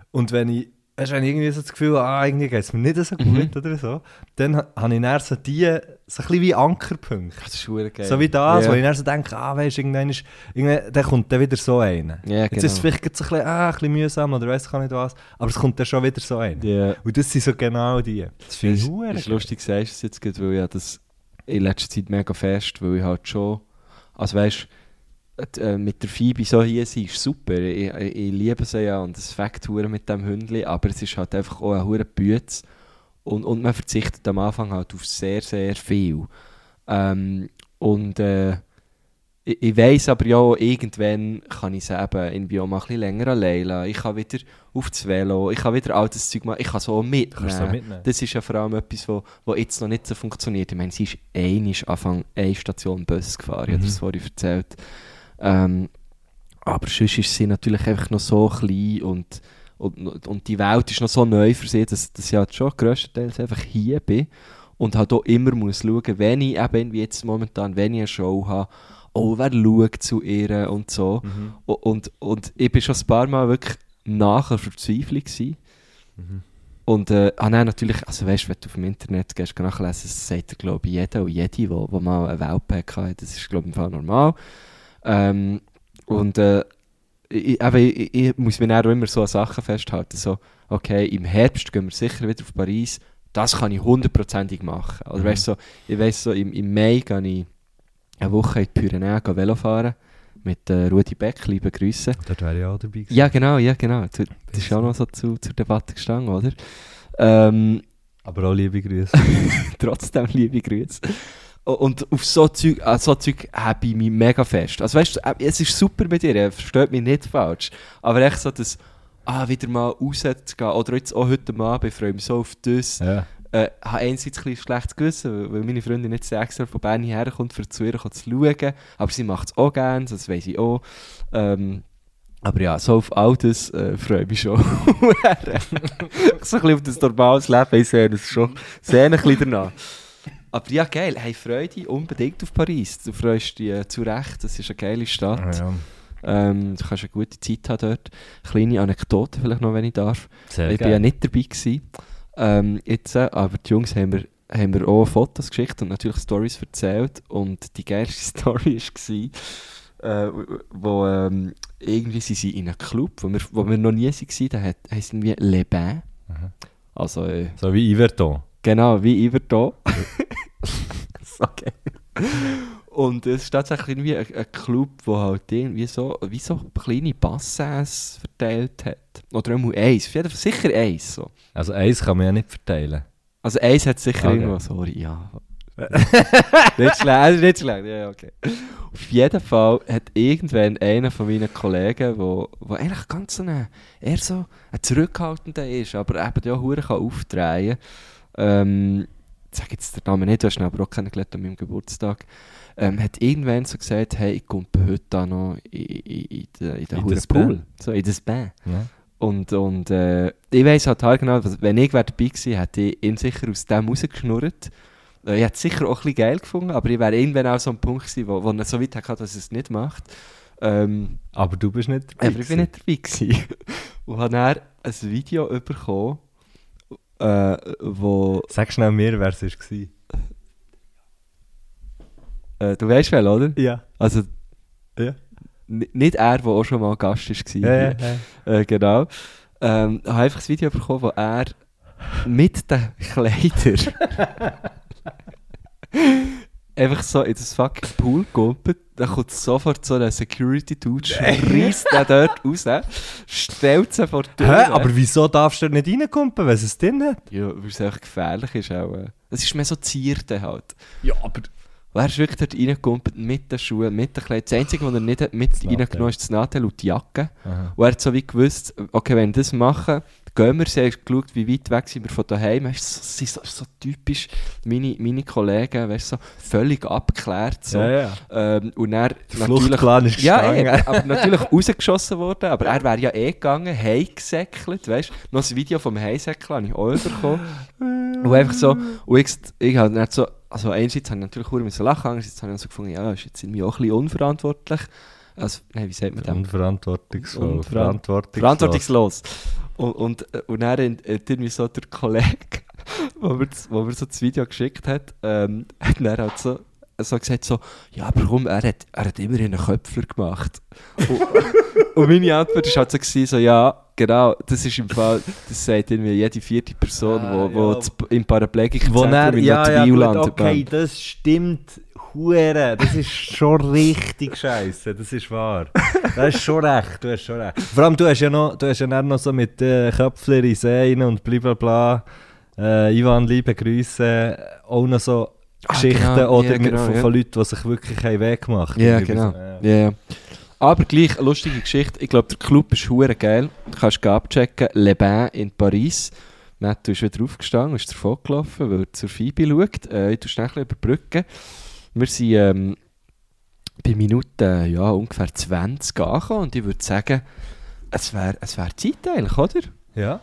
[SPEAKER 1] Und wenn ich weißt, du, wenn ich irgendwie so das Gefühl habe, ah, irgendwie geht es mir nicht so
[SPEAKER 5] Mhm.
[SPEAKER 1] gut oder so, dann ha- habe ich dann so die, so ein bisschen wie Ankerpunkte.
[SPEAKER 5] Das ist verdammt geil.
[SPEAKER 1] So wie das,
[SPEAKER 5] eh, Ja.
[SPEAKER 1] wo ich dann so denke, ah, weißt du, irgendwann, ist, irgendwann dann kommt dann wieder so einer.
[SPEAKER 5] Ja,
[SPEAKER 1] Jetzt ist es
[SPEAKER 5] genau.
[SPEAKER 1] vielleicht gerade so ein bisschen, ah, ein bisschen mühsam oder weiss ich auch nicht was, aber es kommt dann schon wieder so einer.
[SPEAKER 5] Ja.
[SPEAKER 1] Und das sind so genau die. Das finde ich
[SPEAKER 5] Es
[SPEAKER 1] verdammt
[SPEAKER 5] ist
[SPEAKER 1] geil.
[SPEAKER 5] lustig, sagst du es jetzt gerade, weil ja das in letzter Zeit mega fest, weil ich halt schon, also weißt äh, mit der Phoebe so hier sie ist super, ich, ich, ich liebe sie ja und es fängt hure mit dem Hündli, aber es ist halt einfach auch eine hure Bütz und, und man verzichtet am Anfang halt auf sehr, sehr viel. Ähm, und äh, ich, ich weiß aber ja, auch, irgendwann kann ich es eben irgendwie auch mal ein bisschen länger allein lassen. Ich kann wieder auf das Velo, ich kann wieder all das Zeug machen, ich kann so mitnehmen.
[SPEAKER 1] Kannst du so mitnehmen.
[SPEAKER 5] Das ist ja vor allem etwas, wo, wo jetzt noch nicht so funktioniert. Ich meine, sie ist einmal Anfang eine Station Bus gefahren, ich habe das vorhin erzählt. Ähm, aber sonst ist sie natürlich einfach noch so klein und, und, und die Welt ist noch so neu für sie, dass, dass ich halt schon grösstenteils einfach hier bin und halt auch immer muss schauen, wenn ich eben wie jetzt momentan, wenn ich eine Show habe, oh, wer schaut zu ihr und so.
[SPEAKER 1] Mhm.
[SPEAKER 5] U- Und, und ich bin schon ein paar Mal wirklich nachher verzweifelt gewesen. Und äh, ah, nein, natürlich, also weißt du, wenn du auf dem Internet gehst, kannst nachlesen, das sagt dir, glaube ich, jeder und jede, die wo mal einen Weltpack hatte, das ist, glaube ich, im Fall normal. Ähm, und äh, ich, eben, ich, ich muss mir dann auch immer so an Sachen festhalten, so, okay, im Herbst gehen wir sicher wieder auf Paris, das kann ich hundertprozentig machen. Oder weißt du, so, ich weiss so, im, im Mai gehe ich eine Woche in die Pyrenäen gehen Velo fahren, mit äh, Rudi Beck, liebe Grüße.
[SPEAKER 1] Dort wäre ich auch dabei gewesen.
[SPEAKER 5] Ja, genau, ja, genau. Zu- Das ist auch noch so zu, zur Debatte gestanden, oder? Ähm,
[SPEAKER 1] Aber auch liebe Grüße.
[SPEAKER 5] trotzdem liebe Grüße. O- Und auf so Zeug, an so Zeug habe ich mich mega fest. Also weißt du, äh, es ist super mit dir, äh, versteht mich nicht falsch. Aber echt so das, ah, wieder mal rauszugehen, oder jetzt auch heute Abend, ich freue mich so auf das.
[SPEAKER 1] ja.
[SPEAKER 5] Äh, ich habe einerseits ein bisschen schlechtes Gewissen, weil- weil meine Freundin nicht so extra von Bern herkommt, um zu ihr zu schauen. Aber sie macht es auch gerne, das weiß ich auch. Ähm, aber ja, so auf all das äh, freue ich mich schon. so ein bisschen auf das normales Leben, ich sehe es schon sehr ein bisschen danach. Aber ja, geil, hey, freue dich unbedingt auf Paris. Du freust dich äh, zu Recht, das ist eine geile
[SPEAKER 1] Ah,
[SPEAKER 5] Stadt.
[SPEAKER 1] ja.
[SPEAKER 5] Ähm, du kannst eine gute Zeit haben dort. Kleine Anekdote vielleicht noch, wenn ich darf
[SPEAKER 1] Sehr
[SPEAKER 5] ich bin
[SPEAKER 1] geil.
[SPEAKER 5] ja nicht dabei gewesen, ähm, jetzt, äh, aber die Jungs haben mir, haben mir auch Fotos geschickt und natürlich Stories erzählt und die geilste Story war, äh, wo ähm, irgendwie sind sie in einem Club, wo wir, wo wir noch nie waren, da hat, heisst irgendwie Le Bain. Also, äh,
[SPEAKER 1] So wie Iverton.
[SPEAKER 5] Genau, wie über da. okay. Und es ist tatsächlich irgendwie ein, ein Club, der halt irgendwie so, wie so kleine Bassins verteilt hat. Oder einmal eins, auf jeden Fall sicher eins. So.
[SPEAKER 1] Also eins kann man ja nicht verteilen.
[SPEAKER 5] Also eins hat sicher
[SPEAKER 1] Okay.
[SPEAKER 5] irgendwo, sorry, ja. nicht schlecht, nicht schlecht, ja, ja, okay. Auf jeden Fall hat irgendwann einer von meinen Kollegen, wo, wo eigentlich ganz so ein, eher so ein zurückhaltender ist, aber eben ja hure kann aufdrehen. Ähm, ich sag jetzt den Namen nicht, du hast ihn aber auch kennengelernt an meinem Geburtstag. Ähm, hat irgendwann so gesagt, hey, ich komme heute da noch in, in, in, den- in den
[SPEAKER 1] In
[SPEAKER 5] huren
[SPEAKER 1] das
[SPEAKER 5] Pool.
[SPEAKER 1] Band.
[SPEAKER 5] So, in das Band.
[SPEAKER 1] Ja.
[SPEAKER 5] Und, und äh, ich weiss halt genau, wenn ich wär dabei gewesen hätte ich ihn sicher aus dem rausgeschnurrt. Äh, Ich hätte es sicher auch ein bisschen geil gefunden, aber ich wäre irgendwann auch so ein Punkt gewesen, wo, wo er so weit hatte, dass er es nicht macht. Ähm,
[SPEAKER 1] Aber du bist nicht dabei.
[SPEAKER 5] aber ich war
[SPEAKER 1] gewesen.
[SPEAKER 5] nicht dabei. Gewesen. Und habe dann ein Video bekommen, äh, wo...
[SPEAKER 1] Sag schnell mir, wer es war.
[SPEAKER 5] Äh, du weißt wel, oder?
[SPEAKER 1] Ja.
[SPEAKER 5] Also
[SPEAKER 1] Ja.
[SPEAKER 5] n- nicht er, der auch schon mal Gast war.
[SPEAKER 1] Ja, ja, ja.
[SPEAKER 5] Äh, genau. Ähm, ich habe einfach das Video bekommen, wo er mit den Kleidern einfach so in das fucking Pool gumpelt. Dann kommt sofort so ein Security-Dude, reißt den dort raus, stellt sie vor die Tür.
[SPEAKER 1] Hä? Aber wieso darfst du nicht reinkommen, wenn es es drin hat?
[SPEAKER 5] Ja, weil es einfach gefährlich ist auch. äh. Es ist mehr so Zierde halt.
[SPEAKER 1] Ja, aber...
[SPEAKER 5] Wer ist wirklich dort reingekumpelt mit den Schuhen, mit den Kleidern? Das Einzige, was er nicht hat mit
[SPEAKER 1] Nadel.
[SPEAKER 5] reingenommen hat, ist das Nadel und die Jacke.
[SPEAKER 1] Aha.
[SPEAKER 5] Und er hat so wie gewusst, okay, wenn wir das machen, gehen wir, sie hat geschaut, wie weit weg sind wir von daheim. Weißt, du, so, sie ist so, so typisch, meine, meine Kollegen, weißt, du, so völlig abgeklärt. So.
[SPEAKER 1] Ja, ja.
[SPEAKER 5] Ähm, und er
[SPEAKER 1] Der Fluchtplan ist
[SPEAKER 5] ja,
[SPEAKER 1] gestanden.
[SPEAKER 5] eh, aber natürlich rausgeschossen worden, aber er wäre ja eh gegangen, heimgesäckelt, weißt du, noch ein Video vom Heimsäckeln habe ich auch bekommen. und einfach so, und ich, ich habe dann so, also einerseits habe ich natürlich sehr müssen lachen, andererseits habe ich so gefunden, ja, ist jetzt irgendwie auch ein bisschen unverantwortlich. Also, nein, wie sagt man das?
[SPEAKER 1] Unverantwortungsvoll.
[SPEAKER 5] Unveran-
[SPEAKER 1] Verantwortungslos.
[SPEAKER 5] Verantwortungslos. Und, und, äh, und dann hat hat irgendwie so der Kollege, wo mir, das- wo mir so das Video geschickt hat, ähm, hat dann halt so, so gesagt so, ja, aber komm, er hat, er hat immerhin einen Köpfler gemacht. Und, und meine Antwort war halt so, gewesen, so, ja, genau, das ist im Fall, das sagt irgendwie jede vierte Person,
[SPEAKER 1] Ah,
[SPEAKER 5] wo, wo
[SPEAKER 1] ja.
[SPEAKER 5] das- im
[SPEAKER 1] Wo
[SPEAKER 5] Paraplegikzentrum
[SPEAKER 1] er,
[SPEAKER 5] in
[SPEAKER 1] ja, ja, gut,
[SPEAKER 5] Notwil
[SPEAKER 1] okay, das stimmt. Hure, das ist schon richtig scheiße, das ist wahr. Du hast schon recht, du hast schon recht. Vor allem, du hast ja noch, du hast ja dann noch so mit äh, Köpfler in Seen und blablabla, äh, Ivan, liebe Grüße, auch noch so
[SPEAKER 5] Ah,
[SPEAKER 1] Geschichten
[SPEAKER 5] genau,
[SPEAKER 1] oder
[SPEAKER 5] ja,
[SPEAKER 1] mit,
[SPEAKER 5] genau,
[SPEAKER 1] von,
[SPEAKER 5] ja.
[SPEAKER 1] von Leuten, die sich wirklich haben weggemacht haben. äh,
[SPEAKER 5] Ja, genau. Ja. ja. Aber gleich eine lustige Geschichte. Ich glaube, der Club ist hure geil. Du kannst gehen abchecken. Le Bain in Paris. Dann du bist wieder aufgestanden, bist davon gelaufen, weil er zur Phoebe schaut. Äh, ich tue schnell ein bisschen überbrücken. Wir sind ähm, bei Minute ja, ungefähr 20 angekommen und ich würde sagen, es wäre es wär Zeit eigentlich, oder?
[SPEAKER 1] Ja.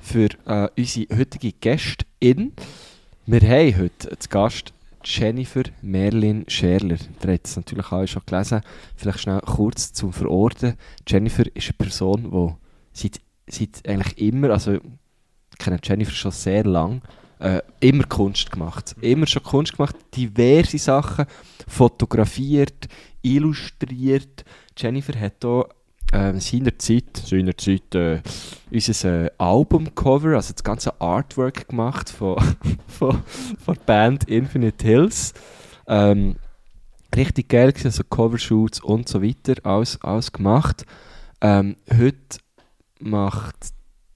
[SPEAKER 5] für äh, unsere heutige Gästin. Wir haben heute zu Gast Jennifer Merlin Scherler. Ihr habt es natürlich alle schon gelesen. Vielleicht schnell kurz zum Verorten. Jennifer ist eine Person, die seit, seit eigentlich immer, also ich kenne Jennifer schon sehr lange, äh, immer Kunst gemacht. Immer schon Kunst gemacht, diverse Sachen, fotografiert, illustriert. Jennifer hat auch ähm, seinerzeit, seinerzeit äh, unser äh, Albumcover, also das ganze Artwork gemacht von, von, von der Band Infinite Hills. Ähm, richtig geil gewesen, also Covershoots und so weiter, alles, alles gemacht. Ähm, heute macht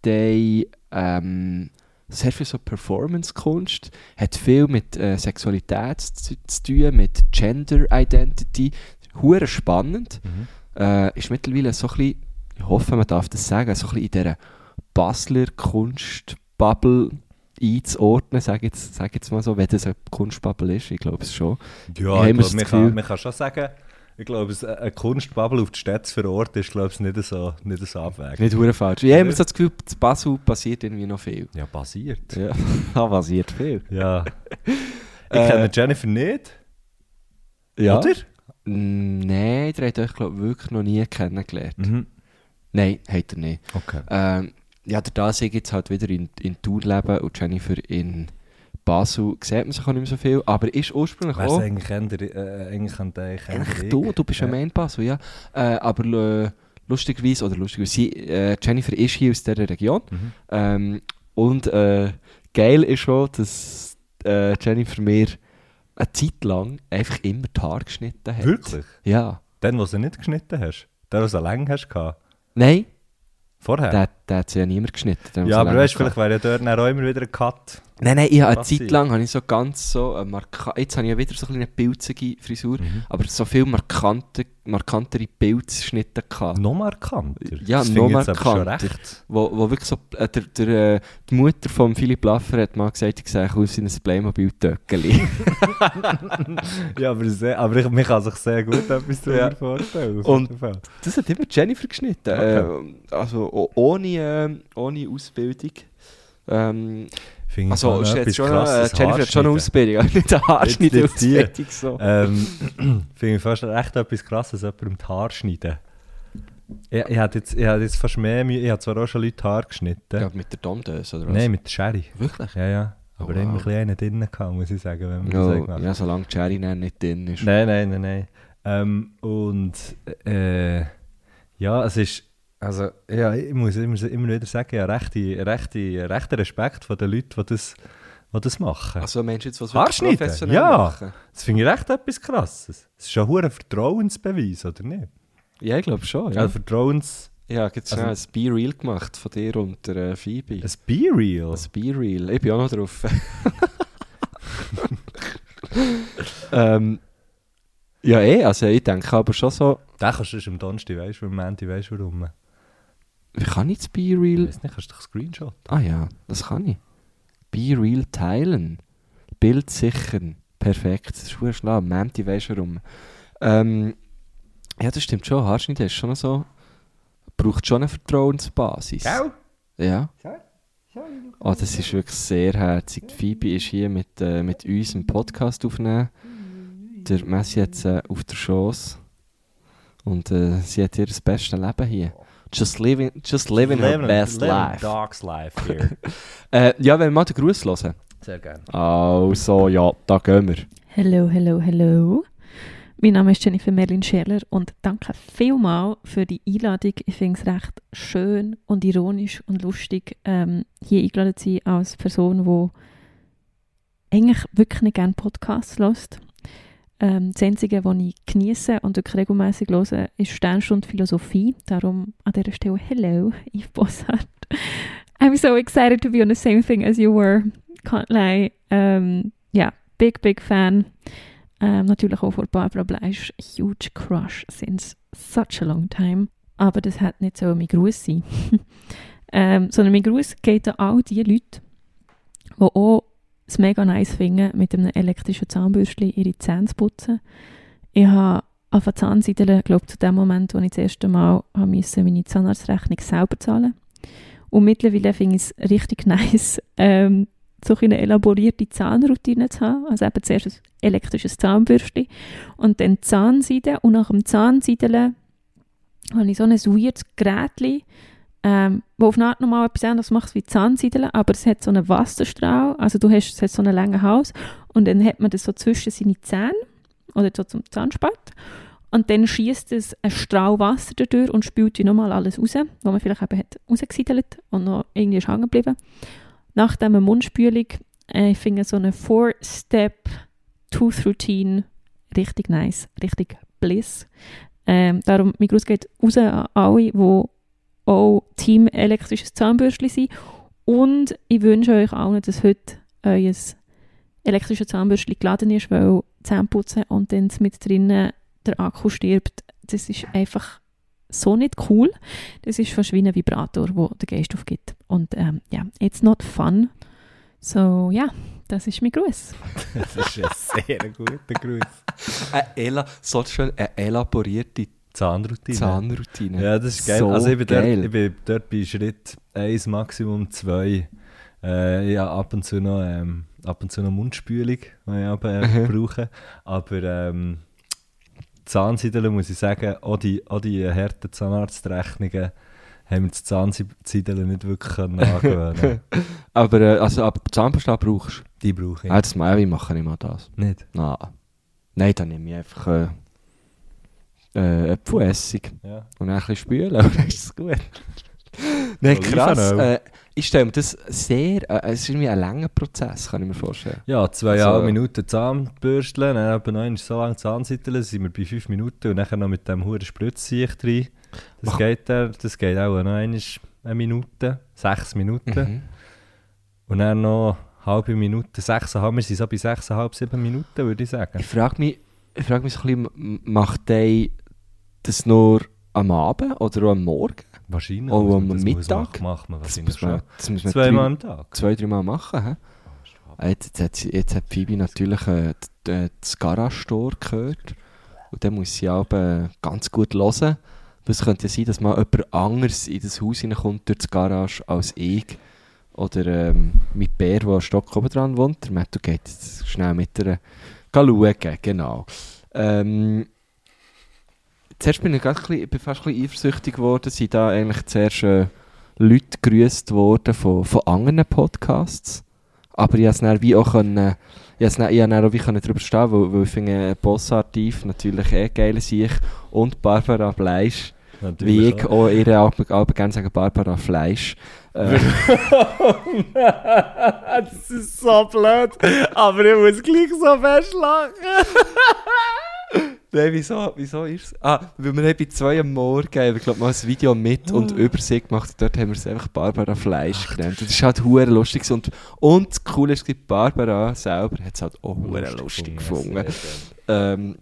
[SPEAKER 5] Day ähm, sehr viel so Performance-Kunst, hat viel mit äh, Sexualität zu, zu tun, mit Gender Identity. Hure spannend äh, ist mittlerweile so ein bisschen, ich hoffe, man darf das sagen, so ein bisschen in dieser Basler Kunstbubble einzuordnen, sage ich jetzt, sag jetzt mal so, wenn das eine Kunstbubble ist, ich glaube es schon.
[SPEAKER 1] Ja,
[SPEAKER 5] Haben
[SPEAKER 1] ich glaube,
[SPEAKER 5] wir das
[SPEAKER 1] man,
[SPEAKER 5] Gefühl-
[SPEAKER 1] kann, man kann schon sagen, ich glaube, es- eine Kunstbubble auf die Städte zu verorten ist, glaube ich, nicht so, nicht so abwägend.
[SPEAKER 5] Nicht hure falsch. Ich habe immer so das Gefühl, in Basel passiert irgendwie noch viel.
[SPEAKER 1] Ja, passiert.
[SPEAKER 5] Ja, passiert viel.
[SPEAKER 1] Ja. Ich
[SPEAKER 5] Äh,
[SPEAKER 1] kenne Jennifer nicht,
[SPEAKER 5] Ja.
[SPEAKER 1] oder?
[SPEAKER 5] Mm, Nein, ihr habt euch, glaube ich, wirklich noch nie kennengelernt.
[SPEAKER 1] Mhm.
[SPEAKER 5] Nein, habt ihr nicht.
[SPEAKER 1] Okay.
[SPEAKER 5] Ähm, ja, der da sehe jetzt halt wieder in, in Thun leben und Jennifer in Basel sieht man sich auch nicht mehr so viel, aber ist ursprünglich
[SPEAKER 1] Wer
[SPEAKER 5] auch...
[SPEAKER 1] ist eigentlich ändert, äh, eigentlich an dich?
[SPEAKER 5] Eigentlich oh. du, du bist ja.
[SPEAKER 1] ja.
[SPEAKER 5] ein Mainpass, ja. Äh, aber äh, lustigerweise, oder lustigerweise, sie, äh, Jennifer ist hier aus dieser Region.
[SPEAKER 1] Mhm.
[SPEAKER 5] Ähm, und äh, geil ist schon, dass äh, Jennifer mir eine Zeit lang einfach immer die Haare geschnitten hat.
[SPEAKER 1] Wirklich?
[SPEAKER 5] Ja.
[SPEAKER 1] Den, den du nicht geschnitten hast? Den, den du lang hast gehabt?
[SPEAKER 5] Nein,
[SPEAKER 1] Vorher?
[SPEAKER 5] der, der hat sie ja niemand geschnitten. der hat
[SPEAKER 1] ja,
[SPEAKER 5] so
[SPEAKER 1] aber
[SPEAKER 5] lange
[SPEAKER 1] weißt du,
[SPEAKER 5] gehabt.
[SPEAKER 1] vielleicht wäre ja dort dann auch immer wieder ein Cut.
[SPEAKER 5] Nein, nein, ich habe eine
[SPEAKER 1] Lass
[SPEAKER 5] Zeit
[SPEAKER 1] sein.
[SPEAKER 5] lang habe ich so ganz so eine marka Jetzt habe ich ja wieder so ein bisschen eine pilzige Frisur,
[SPEAKER 1] Mhm.
[SPEAKER 5] aber so viel markante, markantere Pilzschnitte gehabt.
[SPEAKER 1] Noch markanter.
[SPEAKER 5] Ja,
[SPEAKER 1] Das
[SPEAKER 5] noch
[SPEAKER 1] finde ich jetzt aber schon
[SPEAKER 5] markanter.
[SPEAKER 1] recht.
[SPEAKER 5] Wo, wo wirklich so, äh, der, der, äh, die Mutter von Philipp Laffer hat mal gesagt, ich sehe aus wie ein Playmobil-Töckeli.
[SPEAKER 1] Ja, aber, sehr, aber ich, man kann sich sehr gut etwas darüber vorstellen. auf
[SPEAKER 5] Und-
[SPEAKER 1] jeden Fall.
[SPEAKER 5] das hat immer Jennifer geschnitten.
[SPEAKER 1] Okay.
[SPEAKER 5] Äh, also o- ohne, äh, ohne Ausbildung. Ähm,
[SPEAKER 1] Finde ich
[SPEAKER 5] also
[SPEAKER 1] mal
[SPEAKER 5] ist jetzt
[SPEAKER 1] etwas
[SPEAKER 5] schon, äh,
[SPEAKER 1] krasses
[SPEAKER 5] Jennifer hat schon eine
[SPEAKER 1] Haarschneiden.
[SPEAKER 5] Ausbildung, aber nicht eine
[SPEAKER 1] Jetzt nicht die.
[SPEAKER 5] Haarschneide-Ausbildung. So.
[SPEAKER 1] Ähm, Finde ich fast echt etwas krasses, jemandem die Haare schneiden. Ich, ich hatte jetzt, ich hatte jetzt fast mehr Mühe. Ich habe zwar auch schon Leute die Haare geschnitten.
[SPEAKER 5] Ja, mit der Domdöse oder was?
[SPEAKER 1] Nein, mit der Sherry.
[SPEAKER 5] Wirklich?
[SPEAKER 1] Ja, ja. Aber
[SPEAKER 5] Oh,
[SPEAKER 1] immer ein
[SPEAKER 5] wow.
[SPEAKER 1] bisschen einen drinnen gehabt, muss ich sagen, wenn man das so
[SPEAKER 5] Ja,
[SPEAKER 1] gemacht
[SPEAKER 5] ja, solange die Cherry dann nicht drin ist.
[SPEAKER 1] Nein, nein, nein, nein. Ähm, und äh, ja, es ist. Also, ja, ich muss immer, immer wieder sagen, ja, rechte, rechte, rechten Respekt von den Leuten, die das, die das machen.
[SPEAKER 5] Also meinst du jetzt, was
[SPEAKER 1] Haarschneiden?
[SPEAKER 5] wirklich professionell
[SPEAKER 1] Ja.
[SPEAKER 5] machen?
[SPEAKER 1] Das finde ich echt etwas krasses. Es ist ja ein hoher Vertrauensbeweis, oder nicht?
[SPEAKER 5] Ja, ich glaube schon.
[SPEAKER 1] Ja,
[SPEAKER 5] Ja.
[SPEAKER 1] Vertrauens.
[SPEAKER 5] Ja, ich habe
[SPEAKER 1] also
[SPEAKER 5] jetzt schnell ein Be-Real gemacht von dir und der äh, Phoebe.
[SPEAKER 1] Ein B-Real.
[SPEAKER 5] Das B-Reel, ich bin auch noch drauf. ähm, ja, eh, also ich denke aber schon so,
[SPEAKER 1] Den kannst du erst am Donnerstag, weißt du, am Montag, weißt du warum.
[SPEAKER 5] wie kann ich das
[SPEAKER 1] Ich
[SPEAKER 5] B-Reel?
[SPEAKER 1] weiß nicht, kannst du doch Screenshot.
[SPEAKER 5] Ah ja, das kann ich. B-Reel teilen, Bild sichern, perfekt, das ist verdammt schlau, Menti weisst warum. Ähm, ja, das stimmt schon, Haarschnitt ist schon noch so, braucht schon eine Vertrauensbasis. Ja. Oh, das ist wirklich sehr herzig. Die Phoebe ist hier mit, äh, mit uns im Podcast aufnehmen. Der äh, Messi hat sie auf der Chance. Und äh, sie hat ihr das beste Leben hier. Just living, just living her best
[SPEAKER 1] living
[SPEAKER 5] life.
[SPEAKER 1] Dog's life here.
[SPEAKER 5] Äh, ja, wenn wir mal den Gruß hören.
[SPEAKER 1] Sehr gerne.
[SPEAKER 5] Also, ja, da gehen wir.
[SPEAKER 2] Hallo, hallo, hallo. Mein Name ist Jennifer Merlin Scherler und danke vielmals für die Einladung. Ich finde es recht schön und ironisch und lustig, ähm, hier eingeladen zu sein als Person, die eigentlich wirklich nicht gerne Podcasts hört. Ähm, das Einzige, was ich genieße und wirklich regelmässig höre, ist Sternstunde Philosophie. Darum an dieser Stelle Hello, Yves Bossart. I'm so excited to be on the same thing as you were. Can't lie. Ähm, yeah, big, big fan. Ähm, natürlich auch von Barbara Bleisch. Huge crush since such a long time. Aber das hat nicht so mein Gruß sein. ähm, sondern mein Gruß geht an all die Leute, die auch es mega nice finden, mit einem elektrischen Zahnbürstchen ihre Zähne zu putzen. Ich habe angefangen Zahnseideln, glaube zu dem Moment, wo ich das erste Mal habe müssen, meine Zahnarztrechnung selber zahlen Und mittlerweile finde ich es richtig nice, ähm, so eine elaborierte Zahnroutine zu haben. Also eben zuerst ein elektrisches Zahnbürstchen und dann Zahnseide. Und nach dem Zahnseideln habe ich so ein weirdes Gerät, ähm, wo auf eine Art nochmal etwas anderes macht wie Zahnseideln, aber es hat so einen Wasserstrahl, also du hast, es hat so einen langen Hals und dann hat man das so zwischen seine Zähne oder so zum Zahnspat und dann schießt es einen Strahl Wasser dadurch und spült die nochmal alles raus, was man vielleicht eben hat rausgesiedelt und noch irgendwie ist hängen geblieben. Nach dieser Mundspülung äh, ich finde so eine Four-Step-Tooth-Routine richtig nice, richtig bliss. Ähm, darum, mein Gruß geht raus an alle, die auch Team elektrisches Zahnbürstchen sein. Und ich wünsche euch allen, dass heute euer elektrisches Zahnbürstchen geladen ist, weil Zähneputzen und dann mit drinnen der Akku stirbt, das ist einfach so nicht cool. Das ist fast wie ein Vibrator, wo der Geist aufgibt. Und ähm, ja, it's not fun. So, ja, das ist mein Gruß.
[SPEAKER 1] Das ist ein sehr guter Gruß.
[SPEAKER 5] Eine, ela so schön, eine elaborierte
[SPEAKER 1] Zahnroutine.
[SPEAKER 5] Zahnroutine.
[SPEAKER 1] Ja, das ist geil.
[SPEAKER 5] So
[SPEAKER 1] also ich bin,
[SPEAKER 5] geil.
[SPEAKER 1] Dort, ich bin dort bei Schritt 1, Maximum 2. Äh, ja, ab und zu noch, ähm, ab und zu noch Mundspülung, die ich aber, äh, brauche. Aber ähm, Zahnseideln muss ich sagen, auch die, auch die äh, harten Zahnarztrechnungen haben wir das Zahnseideln nicht wirklich können angewöhnen
[SPEAKER 5] Aber äh, also, ab Zahnpasta brauchst du.
[SPEAKER 1] Die brauche ich
[SPEAKER 5] Ja. Ah, das Mal, wie mache ich mal das?
[SPEAKER 1] nicht.
[SPEAKER 5] Na, nein, dann nehme ich einfach äh, äh, Apfelessig
[SPEAKER 1] Ja.
[SPEAKER 5] und dann ein bisschen spülen und dann ist es gut. nein,
[SPEAKER 1] Olivenöl.
[SPEAKER 5] krass. Äh, ich stelle mir das sehr, äh, es ist irgendwie ein langer Prozess, kann ich mir vorstellen.
[SPEAKER 1] Ja, zweieinhalb
[SPEAKER 5] Also-
[SPEAKER 1] Minuten Zahnbürsteln, dann eben noch einmal so lange Zahnsitteln, sind wir bei fünf Minuten und dann noch mit dem hohen Spritzsicht rein. Das geht, dann- das geht auch noch einmal eine Minute, sechs Minuten.
[SPEAKER 5] Mhm.
[SPEAKER 1] Und dann noch eine halbe Minute, sechseinhalb, wir sind so bei sechseinhalb, sieben Minuten, würde ich sagen.
[SPEAKER 5] Ich frage mich, ich frage mich so ein bisschen, m- macht der das nur am Abend oder auch am Morgen?
[SPEAKER 1] Wahrscheinlich.
[SPEAKER 5] Oh,
[SPEAKER 1] muss man-
[SPEAKER 5] am
[SPEAKER 1] das muss man-
[SPEAKER 5] Mittag?
[SPEAKER 1] Macht man
[SPEAKER 5] Das
[SPEAKER 1] wahrscheinlich
[SPEAKER 5] muss man,
[SPEAKER 1] schon.
[SPEAKER 5] das muss man
[SPEAKER 1] Zweimal am Tag.
[SPEAKER 5] zwei, dreimal machen. He? Ah, Jetzt, jetzt, hat, sie- jetzt hat Phoebe natürlich äh, d- äh, das Garage-Tor gehört. Und dann muss sie auch äh, ganz gut hören. Weil es könnte ja sein, dass mal jemand anderes in das Haus hineinkommt durch das Garage als ich. Oder ähm, mit Bär, der einen Stock oben dran wohnt. Der Matthew geht jetzt schnell mit der schauen, genau. Ähm, zuerst bin ich, grad ein bisschen, ich bin fast ein bisschen eifersüchtig geworden, sind da eigentlich zuerst äh, Leute grüßt worden von, von anderen Podcasts. Aber ich konnte es dann wie auch, können, ich konnte es dann, ich konnte dann auch wie können darüber stehen, weil, weil ich finde, Bossartiv natürlich eh geil sich und Barbara Fleisch,
[SPEAKER 1] Natürlich
[SPEAKER 5] wie ich
[SPEAKER 1] auch.
[SPEAKER 5] auch ihre Alben, Alben gerne sagen, Barbara Fleisch. Äh,
[SPEAKER 1] Oh das ist so blöd, aber ich muss gleich so fest lachen.
[SPEAKER 5] Nein, wieso, wieso ist es? Ah, weil wir haben bei zwei am Morgen, ich glaube, mal ein Video mit
[SPEAKER 1] Ah.
[SPEAKER 5] und über sie gemacht und dort haben wir es einfach Barbara Fleisch genannt. Und das ist halt hure lustig gewesen. und, und das Coole ist, Barbara selber hat es halt auch hure lustig gefunden. Ähm,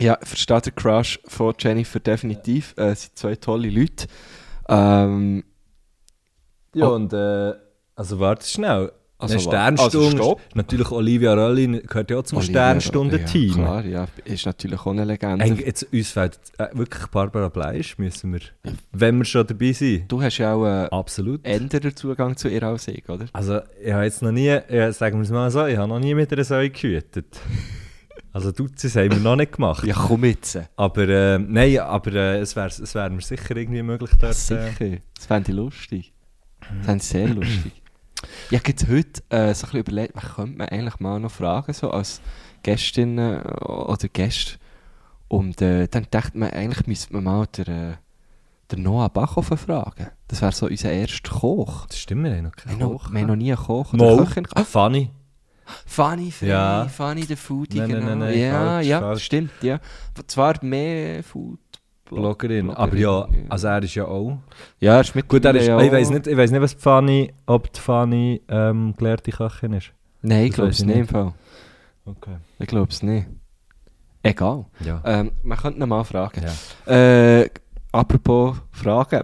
[SPEAKER 5] ja, versteht der Crush von Jennifer definitiv. Äh, sie sind zwei tolle Leute. Ähm,
[SPEAKER 1] Ja,
[SPEAKER 5] Oh.
[SPEAKER 1] und äh, also warte schnell.
[SPEAKER 5] Also
[SPEAKER 1] Also,
[SPEAKER 5] wa-
[SPEAKER 1] Sternstunde.
[SPEAKER 5] also stopp.
[SPEAKER 1] ist natürlich Olivia Rölli gehört ja auch zum
[SPEAKER 5] Olivia-
[SPEAKER 1] Sternstundenteam.
[SPEAKER 5] Ja, klar, ja, ist natürlich auch eine Legende.
[SPEAKER 1] Eigentlich jetzt, uns fehlt äh, wirklich Barbara Bleisch, müssen wir, wenn wir schon dabei sind.
[SPEAKER 5] du hast ja auch einen
[SPEAKER 1] Ah. Absolut.
[SPEAKER 5] änderen Zugang zu ihr als ich, oder?
[SPEAKER 1] Also ich habe jetzt noch nie, ja, sagen wir es mal so, ich habe noch nie mit einer Säule gehütet. Also Dutzis haben wir noch nicht gemacht.
[SPEAKER 5] Ja, komm jetzt.
[SPEAKER 1] Aber äh, nein, aber äh, es wäre es wär mir sicher irgendwie möglich dort. Äh,
[SPEAKER 5] Sicher. Das fände ich lustig. Das fände ich sehr lustig. Ja, gibt heute äh, so ein bisschen überlegt, man könnte man eigentlich mal noch fragen, so als Gästinnen äh, oder Gäste. Und äh, dann dachte man, eigentlich müsste man mal den, äh, den Noah Bachhofen fragen. Das wäre so unser erster Koch.
[SPEAKER 1] das stimmt, wir haben noch
[SPEAKER 5] Wir
[SPEAKER 1] keinen
[SPEAKER 5] haben noch,
[SPEAKER 1] Koch.
[SPEAKER 5] wir haben noch nie einen Koch
[SPEAKER 1] Mal.
[SPEAKER 5] oder Köchin. Ah,
[SPEAKER 1] Funny.
[SPEAKER 5] Fanny, Fanny,
[SPEAKER 1] Ja.
[SPEAKER 5] Fanny der Foodie,
[SPEAKER 1] Nein, nein,
[SPEAKER 5] genau.
[SPEAKER 1] nein, nein,
[SPEAKER 5] ja,
[SPEAKER 1] falsch,
[SPEAKER 5] ja,
[SPEAKER 1] falsch.
[SPEAKER 5] stimmt, ja. Zwar mehr Food...
[SPEAKER 1] Bloggerin. Aber ja, also er ist ja auch.
[SPEAKER 5] Ja, er ist mit
[SPEAKER 1] Gut, er ist,
[SPEAKER 5] ja
[SPEAKER 1] ich weiß nicht, ich weiss nicht, was die Fanny, ob die Fanny ähm, gelehrte Köchin ist.
[SPEAKER 5] Nein, ich
[SPEAKER 1] Das
[SPEAKER 5] glaube
[SPEAKER 1] weiss
[SPEAKER 5] es
[SPEAKER 1] ich
[SPEAKER 5] nicht. im
[SPEAKER 1] nicht.
[SPEAKER 5] Fall.
[SPEAKER 1] Okay.
[SPEAKER 5] Ich glaube es nicht. Egal.
[SPEAKER 1] Ja.
[SPEAKER 5] Ähm, man könnte ihn mal fragen.
[SPEAKER 1] Ja.
[SPEAKER 5] Äh, apropos Fragen.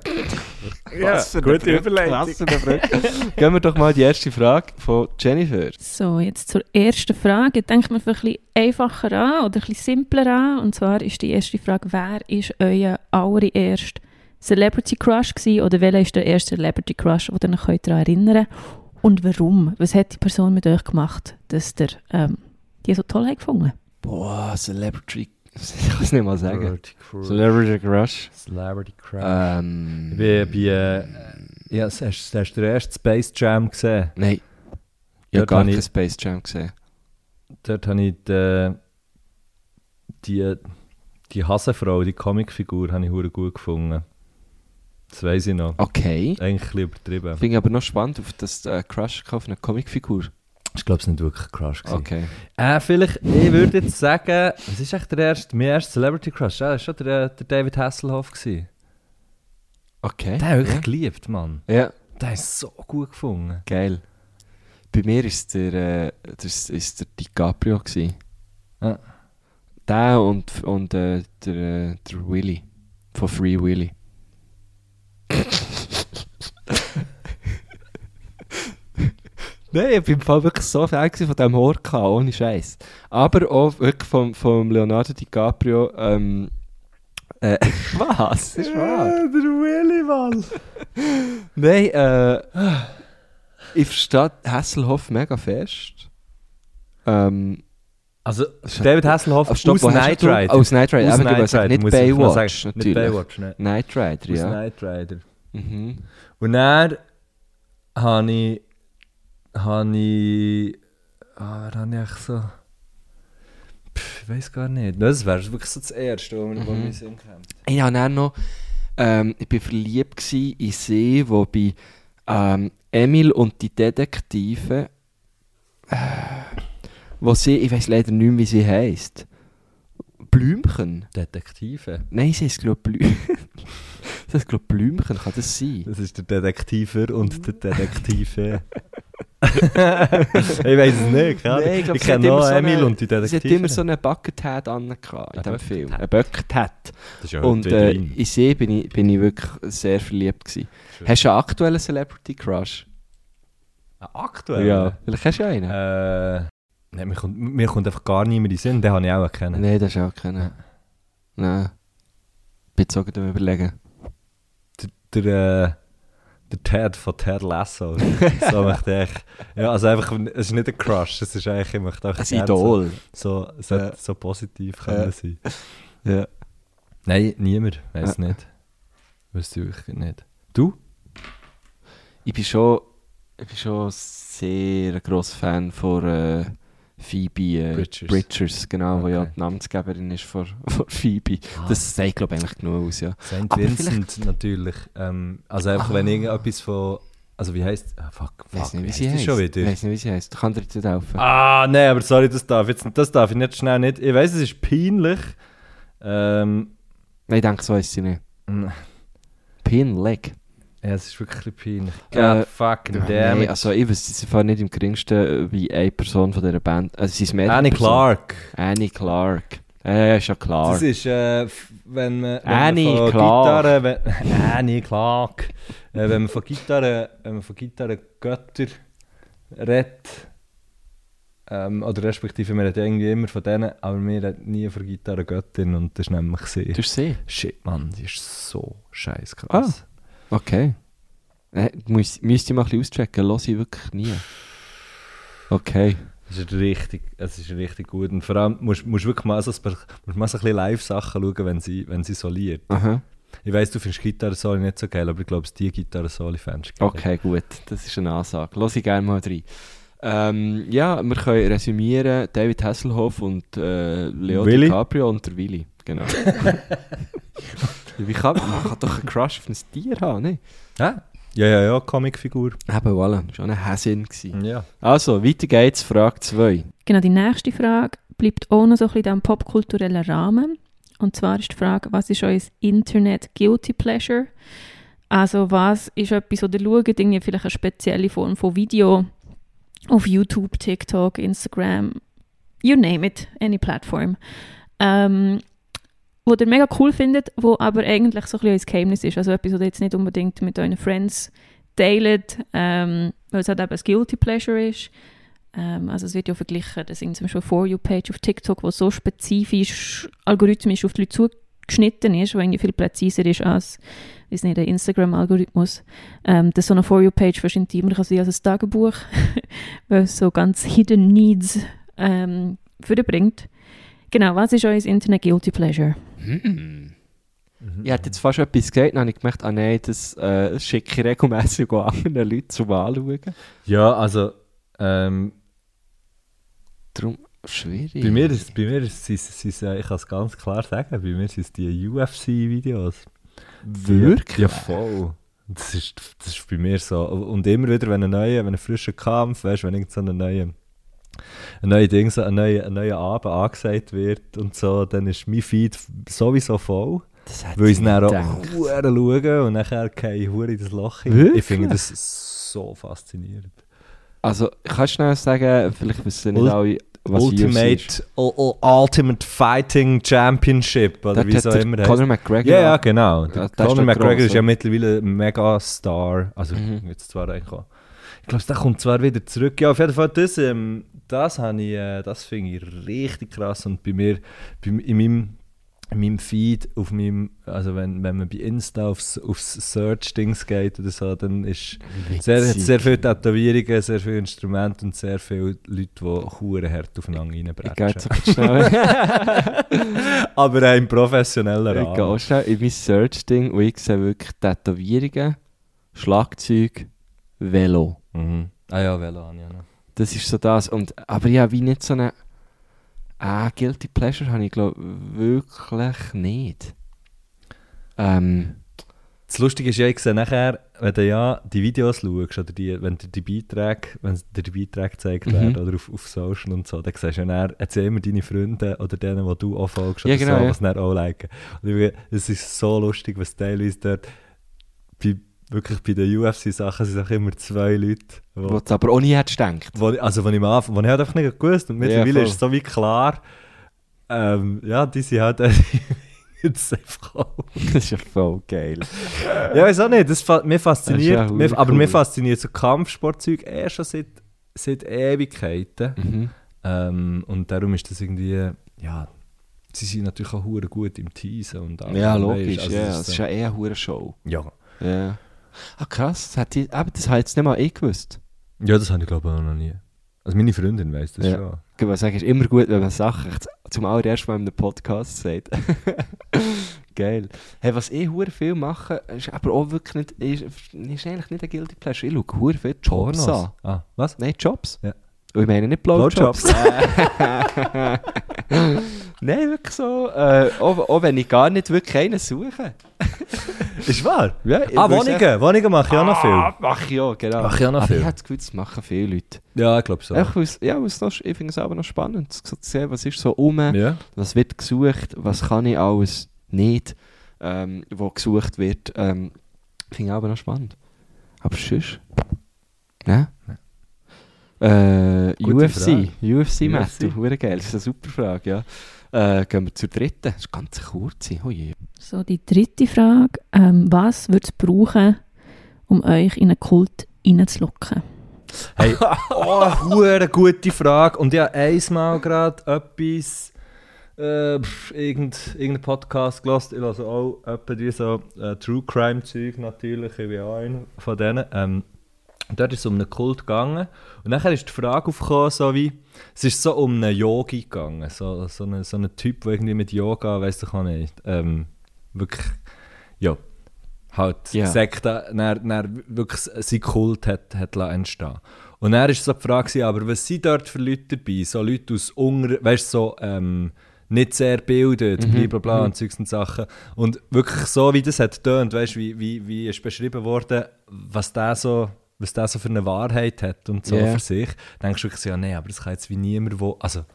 [SPEAKER 1] Ja, gute Überleitung.
[SPEAKER 5] Was für eine Frage. Gehen wir doch mal die erste Frage von Jennifer.
[SPEAKER 2] So, jetzt zur ersten Frage. Denkt man vielleicht ein bisschen einfacher an oder ein bisschen simpler an. Und zwar ist die erste Frage, wer ist euer allererster Celebrity Crush gewesen oder welcher ist der erste Celebrity Crush, den ihr euch daran erinnern könnt? Und warum? Was hat die Person mit euch gemacht, dass ihr ähm, die so toll habt gefunden
[SPEAKER 5] Boah, Celebrity. Ich kann es nicht mal sagen. Celebrity Crush.
[SPEAKER 1] Celebrity Crash.
[SPEAKER 5] Ähm.
[SPEAKER 1] äh, Wie bei. Äh, ja, hast, hast du den ersten Space Jam gesehen?
[SPEAKER 5] Nein. Ich habe
[SPEAKER 1] Dort
[SPEAKER 5] gar
[SPEAKER 1] habe
[SPEAKER 5] keinen
[SPEAKER 1] ich-
[SPEAKER 5] Space Jam gesehen.
[SPEAKER 1] Dort habe ich die, die, die Hasenfrau, die Comicfigur, habe ich hure gut gefunden. Das weiß ich noch.
[SPEAKER 5] Okay.
[SPEAKER 1] Eigentlich ein bisschen übertrieben.
[SPEAKER 5] Finde ich aber noch spannend, auf das äh, Crush auf eine Comicfigur.
[SPEAKER 1] Ich glaube, es war nicht wirklich ein Crush. gewesen.
[SPEAKER 5] Okay.
[SPEAKER 1] Äh, vielleicht, ich würde jetzt sagen, was ist echt der erste, mein erster Celebrity Crush? Ja, das war schon der, der David Hasselhoff. Gewesen.
[SPEAKER 5] Okay.
[SPEAKER 1] Den habe ich
[SPEAKER 5] Ja.
[SPEAKER 1] geliebt, Mann.
[SPEAKER 5] ja.
[SPEAKER 1] Den ist so gut gefunden.
[SPEAKER 5] Geil. Bei mir ist der, äh, das ist der DiCaprio gsi.
[SPEAKER 1] Ja.
[SPEAKER 5] Der und, und äh, der, äh, der Willy. Von Free Willy. Nein, ich bin im Fall wirklich so Fan gewesen von diesem Orca, ohne Scheiß. Aber auch wirklich vom, vom Leonardo DiCaprio. Ähm, äh, was? Das ist wahr.
[SPEAKER 1] der Willy, Mann.
[SPEAKER 5] Nein, äh, ich verstehe Hasselhoff mega fest. Ähm,
[SPEAKER 1] Also, David Hasselhoff
[SPEAKER 5] aber stopp,
[SPEAKER 1] aus
[SPEAKER 5] wo hast du-
[SPEAKER 1] Knight Rider.
[SPEAKER 5] Aus Knight Rider,
[SPEAKER 1] Aus
[SPEAKER 5] eben,
[SPEAKER 1] Knight
[SPEAKER 5] ich weiß,
[SPEAKER 1] Rider,
[SPEAKER 5] nicht
[SPEAKER 1] muss ich noch
[SPEAKER 5] Baywatch,
[SPEAKER 1] sagen.
[SPEAKER 5] natürlich.
[SPEAKER 1] Nicht Baywatch, ne.
[SPEAKER 5] Knight Rider,
[SPEAKER 1] Aus
[SPEAKER 5] ja.
[SPEAKER 1] Knight Rider.
[SPEAKER 5] Mhm.
[SPEAKER 1] Und dann habe ich. Habe ich. Ah, wer habe ich echt so. Pff, ich weiß gar nicht. Das wäre wirklich so das Erste, wo wir mhm. Sinn haben.
[SPEAKER 5] Ich habe dann noch, ähm, ich war verliebt gewesen in sie, wo bei ähm, Emil und die Detektive, äh, wo sie, ich weiß leider nicht mehr, wie sie heisst, Blümchen.
[SPEAKER 1] Detektive.
[SPEAKER 5] Nein, sie ist, glaube ich, Blü das ist, glaub, Blümchen, kann das sein?
[SPEAKER 1] Das ist der Detektiver und der Detektive. ich weiß es nicht, keine Ahnung.
[SPEAKER 5] Nein, ich glaub, sie hat
[SPEAKER 1] kenne
[SPEAKER 5] immer
[SPEAKER 1] nur
[SPEAKER 5] so
[SPEAKER 1] Emil
[SPEAKER 5] eine-
[SPEAKER 1] und nou, die
[SPEAKER 5] Sie
[SPEAKER 1] Detektive.
[SPEAKER 5] hat immer so einen Bucket Hat an in
[SPEAKER 1] Ein
[SPEAKER 5] diesem
[SPEAKER 1] Bucket
[SPEAKER 5] Film.
[SPEAKER 1] Hat.
[SPEAKER 5] Ein Bucket Hat.
[SPEAKER 1] das ist ja
[SPEAKER 5] Und
[SPEAKER 1] heute wieder
[SPEAKER 5] äh,
[SPEAKER 1] in.
[SPEAKER 5] in sie bin ich, bin ich wirklich sehr verliebt. Gewesen.
[SPEAKER 1] Schön.
[SPEAKER 5] Hast du einen aktuellen Celebrity Crush?
[SPEAKER 1] Ein aktueller?
[SPEAKER 5] Vielleicht hast du ja einen.
[SPEAKER 1] Äh, nein, mir, kommt, mir kommt einfach gar niemand in den Sinn, den habe ich auch kennen.
[SPEAKER 5] Nein, das hast du auch keinen. Nein. Bin jetzt sogar am überlegen.
[SPEAKER 1] Der, äh, der Ted von Ted Lasso. so möchte ich. Ja, also einfach, es ist nicht ein Crush, es ist eigentlich, ich möchte auch
[SPEAKER 5] Ein
[SPEAKER 1] gerne
[SPEAKER 5] Idol.
[SPEAKER 1] So, so, es hätte
[SPEAKER 5] Ja.
[SPEAKER 1] so positiv
[SPEAKER 5] Ja.
[SPEAKER 1] können sein.
[SPEAKER 5] Ja.
[SPEAKER 1] Nein, niemand, weiß
[SPEAKER 5] Ja.
[SPEAKER 1] nicht. Wüsste ich wirklich nicht. Du?
[SPEAKER 5] Ich bin schon, ich bin schon sehr ein grosser Fan von äh, Phoebe äh,
[SPEAKER 1] Bridgers.
[SPEAKER 5] genau, die ja
[SPEAKER 1] Okay. Ah.
[SPEAKER 5] die Namensgeberin ist von, von Phoebe. Das sagt, glaube ich, eigentlich genug aus, ja.
[SPEAKER 1] St.
[SPEAKER 5] Aber Ah.
[SPEAKER 1] Vincent natürlich. Ähm, also einfach, wenn irgendetwas von... Also wie heisst... Ah, fuck, fuck,
[SPEAKER 5] Weiß nicht, wie
[SPEAKER 1] heisst
[SPEAKER 5] sie
[SPEAKER 1] die
[SPEAKER 5] heißt.
[SPEAKER 1] schon wieder?
[SPEAKER 5] Weiß nicht, wie sie heißt. Kann dir jetzt nicht helfen.
[SPEAKER 1] Ah, nein, aber sorry, das darf, jetzt, das darf ich nicht schnell nicht. Ich weiß, es ist peinlich. Ähm,
[SPEAKER 5] Nein, ich denke, so heißt sie nicht.
[SPEAKER 1] ja,
[SPEAKER 5] Pinleg.
[SPEAKER 1] es ist wirklich ein bisschen peinlich.
[SPEAKER 5] Äh,
[SPEAKER 1] God fucking damn
[SPEAKER 5] Nein,
[SPEAKER 1] it.
[SPEAKER 5] also ich weiß es einfach nicht im geringsten, äh, wie eine Person von dieser Band. Also sie ist mehr.
[SPEAKER 1] Annie Clark.
[SPEAKER 5] Annie Clark. Äh, ist ja klar.
[SPEAKER 1] Das ist, äh, f- wenn man, wenn
[SPEAKER 5] Annie
[SPEAKER 1] man von
[SPEAKER 5] Clark.
[SPEAKER 1] Gitarre, wenn, Annie Clark, äh, wenn man von Gitarre, wenn man von Gitarre Götter redet, ähm, oder respektive man redet irgendwie immer von denen, aber wir reden nie von Gitarre Göttin und das ist nämlich sie.
[SPEAKER 5] Du hast sie.
[SPEAKER 1] Shit, Mann, die ist so scheiß
[SPEAKER 5] Ah.
[SPEAKER 1] krass.
[SPEAKER 5] Okay. Äh, müsst, müsst ihr mal ein bisschen auschecken. Lass ich wirklich nie. Okay.
[SPEAKER 1] Es ist richtig, es ist richtig gut. Und vor allem musst du wirklich mal so, ein paar- musst mal so ein bisschen Live-Sachen schauen, wenn sie, wenn sie soliert.
[SPEAKER 5] Aha.
[SPEAKER 1] Ich weiss, du findest Gitarre-Soli nicht so geil, aber ich glaube, es die Gitarre-Soli fändest du geil.
[SPEAKER 5] Okay, gut. Das ist eine Ansage. Lass ich gerne mal rein. Ähm, ja, wir können resümieren. David Hasselhoff und äh, Leo
[SPEAKER 1] Willi?
[SPEAKER 5] DiCaprio und der Willi. Genau. Wie kann, man kann doch einen Crush auf ein Tier haben, ne?
[SPEAKER 1] Hä? Ja, ja, ja, Comicfigur.
[SPEAKER 5] Eben, voilà. Das war eine Häsin. gewesen.
[SPEAKER 1] Ja.
[SPEAKER 5] Also, weiter geht's. Frage 2.
[SPEAKER 2] Genau, die nächste Frage bleibt auch noch so ein bisschen im popkulturellen Rahmen. Und zwar ist die Frage, was ist euer Internet Guilty Pleasure? Also was ist etwas, oder schaut, irgendwie vielleicht eine spezielle Form von Video auf YouTube, TikTok, Instagram, you name it, any platform, ähm, wo ihr mega cool findet, wo aber eigentlich so ein bisschen euer Geheimnis ist. Also etwas, was ihr jetzt nicht unbedingt mit euren Friends teilt, ähm, weil es halt eben ein Guilty Pleasure ist. Ähm, also es wird ja verglichen, dass irgendwie zum Beispiel eine For You-Page auf TikTok, die so spezifisch algorithmisch auf die Leute zugeschnitten ist, weil irgendwie viel präziser ist als weiß nicht, der Instagram-Algorithmus, ähm, dass so eine For You-Page fast intimer kann sein als ein Tagebuch, weil es so ganz Hidden Needs ähm, vorbringt. Genau, was ist euer Internet Guilty Pleasure?
[SPEAKER 1] Mhm.
[SPEAKER 5] Hm. Ich hätte jetzt fast etwas gesagt, dann habe ich gemerkt, ah nein, das äh, schicke ich regelmässig an anderen Leute zum Anschauen.
[SPEAKER 1] Ja, also, ähm,
[SPEAKER 5] Darum schwierig.
[SPEAKER 1] bei mir ist bei mir ist es, ich kann es ganz klar sagen, bei mir sind es die UFC-Videos.
[SPEAKER 5] Wirklich?
[SPEAKER 1] Ja, voll. Das ist, das ist bei mir so. Und immer wieder, wenn ein neuer, wenn ein frischer Kampf, weißt, wenn irgend so ein neuer ein neues Ding, so ein neuer, ein neuer Abend angesagt wird und so, dann ist mein Feed sowieso voll.
[SPEAKER 5] Das hätte
[SPEAKER 1] Weil ich es
[SPEAKER 5] ich
[SPEAKER 1] dann auch
[SPEAKER 5] gedacht.
[SPEAKER 1] verdammt schaue und nachher gehe ich in das Loch rein.
[SPEAKER 5] Wirklich?
[SPEAKER 1] Ich finde das so faszinierend.
[SPEAKER 5] Also, kannst du schnell sagen, vielleicht wissen nicht
[SPEAKER 1] Ul-
[SPEAKER 5] alle, was UFC ist.
[SPEAKER 1] Ultimate, U- U- Ultimate Fighting Championship oder
[SPEAKER 5] Dort
[SPEAKER 1] wie
[SPEAKER 5] hat
[SPEAKER 1] es auch
[SPEAKER 5] der
[SPEAKER 1] immer heißt.
[SPEAKER 5] Conor McGregor.
[SPEAKER 1] Ja, ja, genau. Der
[SPEAKER 5] Ja, das ist
[SPEAKER 1] Conor
[SPEAKER 5] doch
[SPEAKER 1] McGregor
[SPEAKER 5] gross,
[SPEAKER 1] ist ja mittlerweile ein Mega-Star. Also,
[SPEAKER 5] Mhm.
[SPEAKER 1] jetzt zwar eigentlich auch. Ich glaube, der kommt zwar wieder zurück. Ja, auf jeden Fall, das, ähm, das, hab ich, äh, das finde ich richtig krass. Und bei mir, bei, in, meinem, in meinem Feed, auf meinem, also wenn, wenn man bei Insta aufs, aufs Search-Dings geht oder so, dann ist sehr, hat sehr viele Tätowierungen, sehr viele Instrumente und sehr viele Leute, die Huren hart aufeinander
[SPEAKER 5] Ich gehe jetzt
[SPEAKER 1] reinbrechen.
[SPEAKER 5] auch schnell,
[SPEAKER 1] Aber auch im professionellen
[SPEAKER 5] ich gehe auch
[SPEAKER 1] Rahmen.
[SPEAKER 5] schnell in mein Search-Ding und ich sehe wirklich Tätowierungen, Schlagzeug, Velo.
[SPEAKER 1] Mhm. Ah ja, Velo habe ich auch noch.
[SPEAKER 5] Das ist so das. Und, aber ja, wie nicht so eine. Ah, Guilty Pleasure habe ich, glaube wirklich nicht. Ähm,
[SPEAKER 1] Das Lustige ist ja, ich sehe nachher, wenn du ja die Videos schaust oder die, wenn dir die Beiträge, wenn dir die Beiträge gezeigt
[SPEAKER 5] Mhm.
[SPEAKER 1] werden oder auf, auf Social und so, dann siehst du ja nachher, jetzt sehen immer deine Freunde oder denen, die du auch folgst
[SPEAKER 5] Ja,
[SPEAKER 1] oder
[SPEAKER 5] genau,
[SPEAKER 1] so,
[SPEAKER 5] ja.
[SPEAKER 1] was dann auch liken. Und ich, finde, es ist so lustig, was teilweise dort bei, wirklich bei den UFC-Sachen sind es auch immer zwei Leute,
[SPEAKER 5] wo
[SPEAKER 1] wo,
[SPEAKER 5] du aber auch nie hättest gedacht.
[SPEAKER 1] wo, also von ich am Anfang, wo ich halt einfach nicht gewusst und
[SPEAKER 5] Ja,
[SPEAKER 1] mittlerweile
[SPEAKER 5] voll.
[SPEAKER 1] ist es so wie klar, ähm, ja, die sind halt jetzt einfach auch
[SPEAKER 5] Das ist ja voll geil.
[SPEAKER 1] Ja, weiß auch nicht. Das fa mir
[SPEAKER 5] Das
[SPEAKER 1] fasziniert,
[SPEAKER 5] ist ja
[SPEAKER 1] mir,
[SPEAKER 5] verdammt
[SPEAKER 1] aber
[SPEAKER 5] cool.
[SPEAKER 1] mir fasziniert so Kampfsportzeug eh schon seit, seit Ewigkeiten.
[SPEAKER 5] Mhm.
[SPEAKER 1] Ähm, und darum ist das irgendwie, ja, sie sind natürlich auch hure gut im Teasen und allem,
[SPEAKER 5] Ja,
[SPEAKER 1] weisst,
[SPEAKER 5] logisch.
[SPEAKER 1] also
[SPEAKER 5] ja.
[SPEAKER 1] das
[SPEAKER 5] Das ist ja eher eine Hurenshow.
[SPEAKER 1] ja.
[SPEAKER 5] Ja. Ah, krass. Das hat die, aber das hat jetzt nicht mal ich gewusst.
[SPEAKER 1] ja, das habe ich glaube ich auch noch nie. Also meine Freundin weiß das
[SPEAKER 5] Ja.
[SPEAKER 1] schon.
[SPEAKER 5] Ich würde sagen, es ist immer gut, wenn man Sachen z- zum allerersten Mal in einem Podcast sagt. Geil. Hey, was ich hure viel mache, ist aber auch wirklich nicht, ist, ist eigentlich nicht ein Guilty Pleasure. Ich schaue hure viel Jobs an.
[SPEAKER 1] Pornos. Ah, was?
[SPEAKER 5] Nein, Jobs.
[SPEAKER 1] Ja.
[SPEAKER 5] Und ich meine nicht Blowjobs. Nein, wirklich so. Äh, auch, auch wenn ich gar nicht wirklich einen suche.
[SPEAKER 1] ist wahr?
[SPEAKER 5] Ja, ich
[SPEAKER 1] ah,
[SPEAKER 5] würd's echt-
[SPEAKER 1] Wohnungen. Wohnungen mache ich auch noch
[SPEAKER 5] Ah,
[SPEAKER 1] viel.
[SPEAKER 5] mach ich auch, genau.
[SPEAKER 1] Mach ich auch noch
[SPEAKER 5] Aber
[SPEAKER 1] viel.
[SPEAKER 5] ich habe das Gefühl, das machen viele Leute.
[SPEAKER 1] Ja, ich glaube so.
[SPEAKER 5] Echt, weil's- ja, weil's noch, ich finde es aber noch spannend, zu sehen, was ist so rum,
[SPEAKER 1] Ja.
[SPEAKER 5] was wird gesucht, was kann ich alles nicht, ähm, wo gesucht wird. Ähm, finde ich aber noch spannend. Aber sonst? Ne? Äh,
[SPEAKER 1] Gute
[SPEAKER 5] UFC. UFC,
[SPEAKER 1] UFC.
[SPEAKER 5] Matthew. Hure geil. Das ist eine super Frage, ja. Äh, gehen wir zur dritten. Das ist eine ganz kurz. Oh je.
[SPEAKER 2] So, die dritte Frage, ähm, was würde es brauchen, um euch in einen Kult reinzulocken?
[SPEAKER 1] Hey, oh, hure gute Frage. Und ja, einmal gerade etwas, äh, pff, irgend, irgendeinen Podcast gelassen. Ich lasse auch etwa die so äh, True Crime Zeug natürlich, ich bin auch einer von denen. Ähm, Dort ist es um einen Kult gegangen. Und nachher ist die Frage aufgekommen, so wie, es ist so um einen Yogi gegangen. So, so einen so einen Typ, der irgendwie mit Yoga, weiß ich auch nicht, ähm, wirklich, ja, halt
[SPEAKER 5] Ja.
[SPEAKER 1] Sekte, dann, dann wirklich sein Kult hat, hat lassen entstehen Und dann war so die Frage, gewesen, aber was sind dort für Leute dabei? So Leute aus Ungar, weißt du, so, ähm, nicht sehr bildet, mhm. blablabla und Zeugs und Sachen. Und wirklich so, wie das hat tönt, weißt du, wie, wie, wie ist beschrieben worden, was der so, was der so für eine Wahrheit hat und so
[SPEAKER 5] Ja.
[SPEAKER 1] für sich, denkst du wirklich so, ja, nee, aber das kann jetzt wie niemand, wo, also,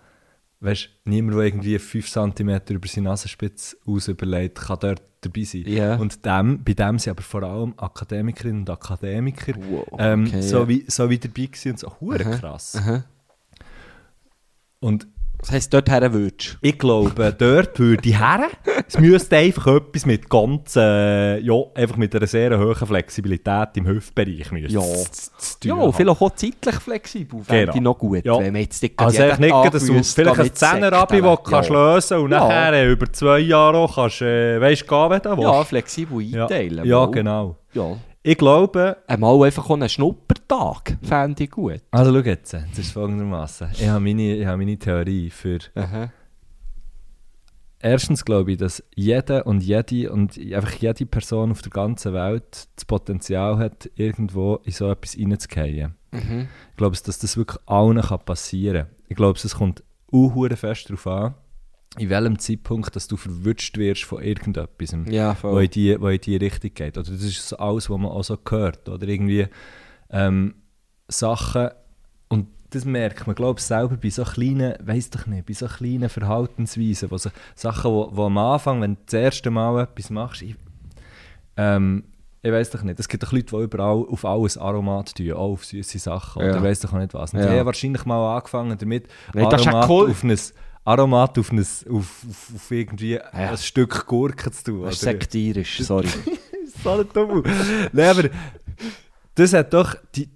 [SPEAKER 1] weißt du, niemand, der irgendwie 5 cm über seine Nasenspitze aus überlegt, kann dort dabei sein.
[SPEAKER 5] Ja.
[SPEAKER 1] Und dem, bei dem sind aber vor allem Akademikerinnen und Akademiker
[SPEAKER 5] Wow,
[SPEAKER 1] ähm,
[SPEAKER 5] okay,
[SPEAKER 1] so,
[SPEAKER 5] ja.
[SPEAKER 1] wie, so wie dabei gewesen und so, hure krass. Und
[SPEAKER 5] Das heisst, dort her würdest
[SPEAKER 1] ich glaube, dort würde ich her. Es müsste einfach etwas mit ganz, äh, ja, einfach mit einer sehr hohen Flexibilität im Hüftbereich müsste
[SPEAKER 5] Ja.
[SPEAKER 1] es zu- zu tun
[SPEAKER 5] Ja,
[SPEAKER 1] haben.
[SPEAKER 5] vielleicht auch zeitlich flexibel. Wäre
[SPEAKER 1] Genau.
[SPEAKER 5] die noch gut,
[SPEAKER 1] Ja.
[SPEAKER 5] wenn man jetzt nicht
[SPEAKER 1] Also ich
[SPEAKER 5] jeden
[SPEAKER 1] nicke,
[SPEAKER 5] Tag
[SPEAKER 1] dass du
[SPEAKER 5] müsste,
[SPEAKER 1] vielleicht ein
[SPEAKER 5] damit Sekten
[SPEAKER 1] Zehner-Abi,
[SPEAKER 5] wäre.
[SPEAKER 1] das kannst
[SPEAKER 5] ja.
[SPEAKER 1] lösen und
[SPEAKER 5] Ja.
[SPEAKER 1] nachher äh, über zwei Jahre auch kannst, äh, weisst, gehen, wenn du
[SPEAKER 5] Ja,
[SPEAKER 1] willst.
[SPEAKER 5] flexibel einteilen.
[SPEAKER 1] ja
[SPEAKER 5] wohl.
[SPEAKER 1] genau.
[SPEAKER 5] Ja.
[SPEAKER 1] Ich glaube,
[SPEAKER 5] Einmal einfach auch einen Schnuppertag fände ich gut.
[SPEAKER 1] also schau jetzt, jetzt ist es folgendermaßen. Ich habe meine, ich habe meine Theorie für...
[SPEAKER 5] Aha.
[SPEAKER 1] Erstens glaube ich, dass jeder und jede und einfach jede Person auf der ganzen Welt das Potenzial hat, irgendwo in so etwas reinzugehen.
[SPEAKER 5] Mhm.
[SPEAKER 1] Ich glaube, dass das wirklich allen kann passieren kann. Ich glaube, es kommt unhure fest darauf an, in welchem Zeitpunkt dass du verwünscht wirst von irgendetwas,
[SPEAKER 5] Ja,
[SPEAKER 1] wo, in
[SPEAKER 5] voll.
[SPEAKER 1] die, wo in die Richtung geht. Oder das ist so alles, was man auch so hört. Oder irgendwie ähm, Sachen, und das merkt man, glaube ich, selber bei so kleinen, weiß doch nicht, bei so kleinen Verhaltensweisen, wo so, Sachen, wo, wo am Anfang, wenn du das erste Mal etwas machst, ich, ähm, ich weiß doch nicht, es gibt doch Leute, die überall auf alles Aromat tun, auch auf süße Sachen,
[SPEAKER 5] Ja.
[SPEAKER 1] oder weiß doch nicht was. Und
[SPEAKER 5] Ja.
[SPEAKER 1] die haben wahrscheinlich mal angefangen damit,
[SPEAKER 5] Nein, das ist ja cool.
[SPEAKER 1] auf ein Aromat auf, ein, auf, auf, auf irgendwie ein Stück Gurke zu tun.
[SPEAKER 5] Das ist
[SPEAKER 1] oder-
[SPEAKER 5] sektirisch, sorry.
[SPEAKER 1] so ein Dummel. Nein, aber das hat doch die,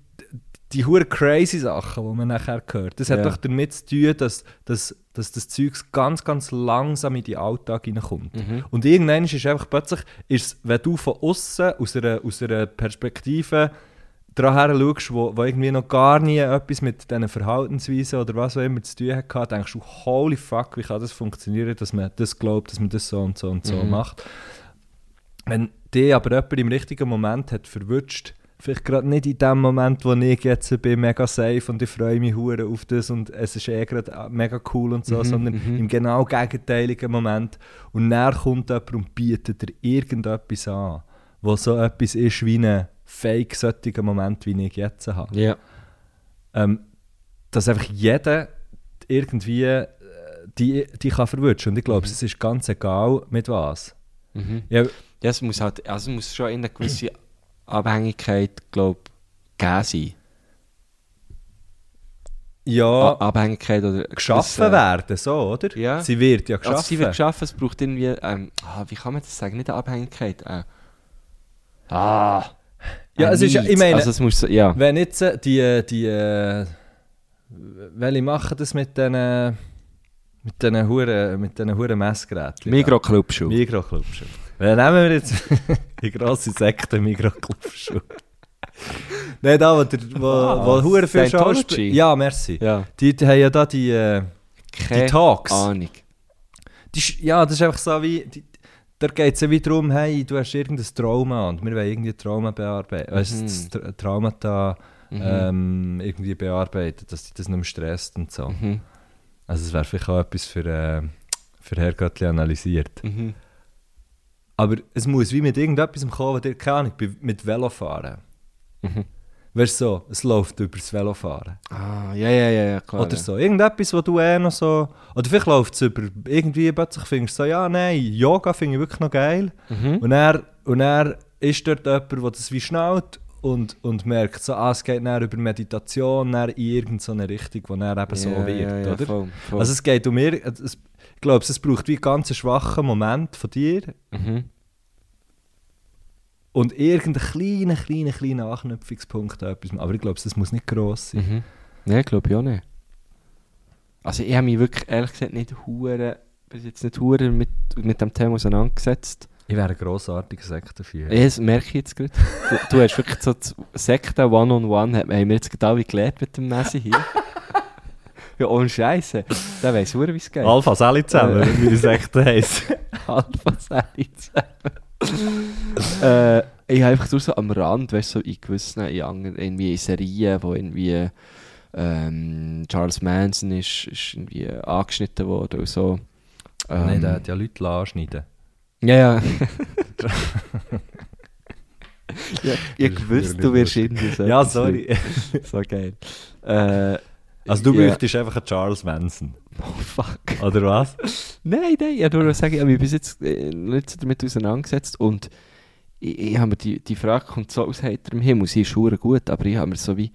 [SPEAKER 1] die hure crazy Sachen, die man nachher hört, das hat
[SPEAKER 5] Ja.
[SPEAKER 1] doch damit zu tun, dass, dass, dass das Zeug ganz, ganz langsam in den Alltag hineinkommt. Mhm. Und irgendwann ist es einfach plötzlich, ist, es, wenn du von außen aus einer, aus einer Perspektive daher schaust, wo, wo irgendwie noch gar nie etwas mit diesen Verhaltensweisen oder was auch immer zu tun hat, denkst du, holy fuck, wie kann das funktionieren, dass man das glaubt, dass man das so und so und so macht. Wenn dich aber jemand im richtigen Moment hat verwünscht, vielleicht gerade nicht in dem Moment, wo ich jetzt bin, mega safe und ich freue mich hure auf das und es ist eh gerade mega cool und so, sondern im genau gegenteiligen Moment. Und dann kommt jemand und bietet dir irgendetwas an, wo so etwas ist wie ein fake solchen Moment, wie ich jetzt habe.
[SPEAKER 5] ja.
[SPEAKER 1] Ähm, dass einfach jeder irgendwie äh, die, die kann verwünschen. Und ich glaube, es ist ganz egal, mit was. Ja,
[SPEAKER 5] Mhm. Ja, es Mhm. muss halt, also es muss schon in eine gewisse Abhängigkeit, glaube ich, gegeben sein.
[SPEAKER 1] ja
[SPEAKER 5] A- Abhängigkeit oder...
[SPEAKER 1] geschaffen
[SPEAKER 5] Ah, das, äh,
[SPEAKER 1] werden, so, oder?
[SPEAKER 5] Ja.
[SPEAKER 1] Sie wird ja geschaffen.
[SPEAKER 5] Also sie wird geschaffen, es braucht irgendwie... Ähm, ah, wie kann man das sagen? Nicht eine Abhängigkeit. Äh, ah...
[SPEAKER 1] Ja,
[SPEAKER 5] ein
[SPEAKER 1] es ist ja- ich
[SPEAKER 5] Need.
[SPEAKER 1] meine-
[SPEAKER 5] Also es muss so, ja.
[SPEAKER 1] Wenn jetzt äh, die, äh, die, äh, welche machen das mit diesen, mit diesen Huren, mit diesen Huren Messgeräten?
[SPEAKER 5] Mikroclubschuh.
[SPEAKER 1] Mikroclubschuhe. Dann Äh, nehmen wir jetzt die grosse Sekte Mikroclubschuhe. Nein, da, wo, der, wo,
[SPEAKER 5] Was?
[SPEAKER 1] wo Huren viel
[SPEAKER 5] Scientology?
[SPEAKER 1] Schauspiel... Ja, merci.
[SPEAKER 5] Ja.
[SPEAKER 1] Die, die haben ja da die, äh,
[SPEAKER 5] Keine
[SPEAKER 1] Talks.
[SPEAKER 5] Ahnung.
[SPEAKER 1] die... Sch- Ja, das ist einfach so wie... Die, da geht es ja wie darum, hey, du hast irgendein Trauma und wir wollen irgendwie Trauma bearbeiten. Weißt du, das Tra Traumata ähm, irgendwie bearbeiten, dass dich das nicht mehr stresst und so.
[SPEAKER 5] Mhm.
[SPEAKER 1] Also es wäre vielleicht auch etwas für, äh, für Herr Göttli analysiert.
[SPEAKER 5] Mhm.
[SPEAKER 1] Aber es muss wie mit irgendetwas kommen, was dir keine Ahnung, bei- mit Velofahren.
[SPEAKER 5] Mhm.
[SPEAKER 1] Weißt du so, es läuft über das Velofahren.
[SPEAKER 5] Ah, ja, ja, ja, ja, klar.
[SPEAKER 1] Oder
[SPEAKER 5] ja.
[SPEAKER 1] so. Irgendetwas, was du eh noch so. Oder vielleicht läuft es über. Irgendwie plötzlich findest du so, ja, nein, Yoga finde ich wirklich noch geil.
[SPEAKER 5] Mhm.
[SPEAKER 1] Und, er, und er ist dort jemand, der das wie schnallt und, und merkt, so, ah, es geht dann über Meditation, dann in irgendeine Richtung, wo er eben so
[SPEAKER 5] Ja,
[SPEAKER 1] wird.
[SPEAKER 5] ja, ja,
[SPEAKER 1] oder?
[SPEAKER 5] voll, voll.
[SPEAKER 1] Also es geht um ir- es, Ich glaube, es braucht wie einen ganz schwachen Moment von dir.
[SPEAKER 5] Mhm.
[SPEAKER 1] Und irgendeinen kleinen, kleinen, kleinen Anknüpfungspunkt an etwas. Aber ich glaube, das muss nicht gross sein.
[SPEAKER 5] Mhm. Nein, glaube ich auch nicht. Also ich habe mich wirklich, ehrlich gesagt, nicht hure bis jetzt nicht hure mit, mit dem Thema auseinandergesetzt.
[SPEAKER 1] Ich wäre ein grossartiger Sektenführer.
[SPEAKER 5] Ja, Das merke ich jetzt gerade. Du, du hast wirklich so das Sekten One-on-One, hat- haben wir jetzt gerade alle gelernt mit dem Messi hier. ja, ohne Scheiße. Der weiss nur, wie es geht.
[SPEAKER 1] Alpha Sally also zusammen,
[SPEAKER 5] Äh.
[SPEAKER 1] wie die Sekte heisst.
[SPEAKER 5] Alpha Sally zusammen. äh, ich habe einfach nur so am Rand, weißt du, so in gewissen in anderen, irgendwie in Serien, wo irgendwie ähm, Charles Manson ist, ist irgendwie angeschnitten worden und so. Ähm,
[SPEAKER 1] Nein, der hat ja Leute anschneiden.
[SPEAKER 5] Ja, ja. ja ich
[SPEAKER 1] Das ist
[SPEAKER 5] wusste,
[SPEAKER 1] wirklich
[SPEAKER 5] du wirst irgendwie so.
[SPEAKER 1] Ja,
[SPEAKER 5] etwas
[SPEAKER 1] sorry.
[SPEAKER 5] finden. So geil. Äh,
[SPEAKER 1] Also du
[SPEAKER 5] ja.
[SPEAKER 1] möchtest einfach einen Charles Manson,
[SPEAKER 5] Oh, fuck.
[SPEAKER 1] oder was?
[SPEAKER 5] Nein, nein, ich wollte nur noch sagen, ich habe mich bis jetzt äh, nicht so damit auseinandergesetzt und ich, ich habe mir die, die Frage kommt so aus heiterem Himmel, sie ist hure gut, aber ich habe mir so wie,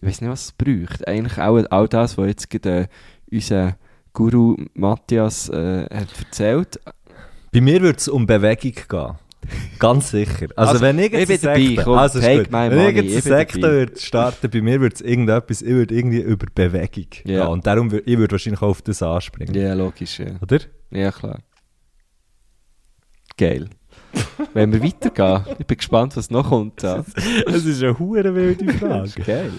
[SPEAKER 5] ich weiß nicht, was es braucht. Eigentlich auch all das, was jetzt gerade, äh, unser Guru Matthias äh, hat erzählt.
[SPEAKER 1] Bei mir würde es um Bewegung gehen. Ganz sicher. Also,
[SPEAKER 5] Also,
[SPEAKER 1] wenn
[SPEAKER 5] ich bin
[SPEAKER 1] irgendeine
[SPEAKER 5] dabei,
[SPEAKER 1] Sekte,
[SPEAKER 5] komm,
[SPEAKER 1] also ist
[SPEAKER 5] take
[SPEAKER 1] gut.
[SPEAKER 5] my
[SPEAKER 1] wenn
[SPEAKER 5] money,
[SPEAKER 1] irgendeine
[SPEAKER 5] ich bin
[SPEAKER 1] Sekte
[SPEAKER 5] dabei.
[SPEAKER 1] würde starten, bei mir würde es irgendetwas, ich würde irgendwie über Bewegung
[SPEAKER 5] Ja.
[SPEAKER 1] gehen. Und darum würde ich würde wahrscheinlich auch auf das anspringen.
[SPEAKER 5] Ja, logisch, ja.
[SPEAKER 1] Oder?
[SPEAKER 5] Ja, klar. Geil. Wenn wir weitergehen, ich bin gespannt, was noch kommt. Da.
[SPEAKER 1] Das ist eine hure wilde
[SPEAKER 5] Das ist geil.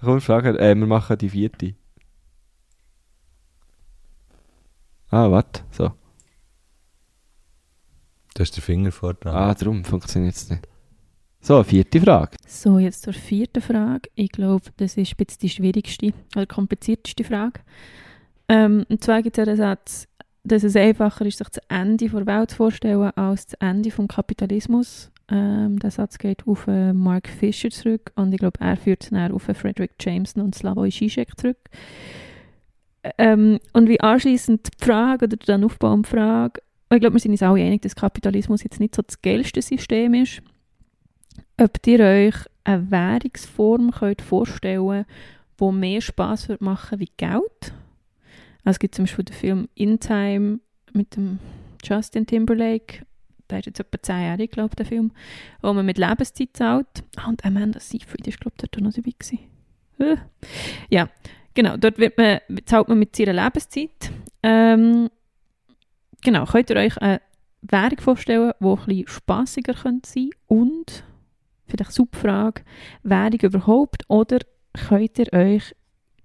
[SPEAKER 5] Komm, Frage, äh, wir machen die vierte. Ah, warte, so.
[SPEAKER 1] du hast den Finger vor dran.
[SPEAKER 5] Ah, darum funktioniert es nicht. So, vierte Frage.
[SPEAKER 2] So, jetzt zur vierten Frage. Ich glaube, das ist jetzt die schwierigste oder komplizierteste Frage. Ähm, und zwar gibt es den Satz, dass es einfacher ist, sich das Ende der Welt zu vorstellen, als das Ende des Kapitalismus. Ähm, der Satz geht auf äh, Mark Fisher zurück und ich glaube, er führt es dann auf äh, Frederick Jameson und Slavoj Žižek zurück. Ähm, und wie anschließend die Frage oder dann aufbauende Frage, ich glaube, wir sind uns alle einig, dass Kapitalismus jetzt nicht so das geilste System ist ob ihr euch eine Währungsform könnt vorstellen wo die mehr Spass wird machen wie Geld. Also es gibt zum Beispiel den Film In Time mit dem Justin Timberlake. Der ist jetzt etwa 10 Jahre, glaube ich, der Film. Wo man mit Lebenszeit zahlt. Ah, und Amanda Seyfried ist, glaube ich, dort auch noch dabei gewesen. Äh. Ja, genau. Dort wird man, zahlt man mit seiner Lebenszeit. Ähm, genau, könnt ihr euch eine Währung vorstellen, die ein bisschen spassiger könnte sein und vielleicht Subfrage, Währung überhaupt oder könnt ihr euch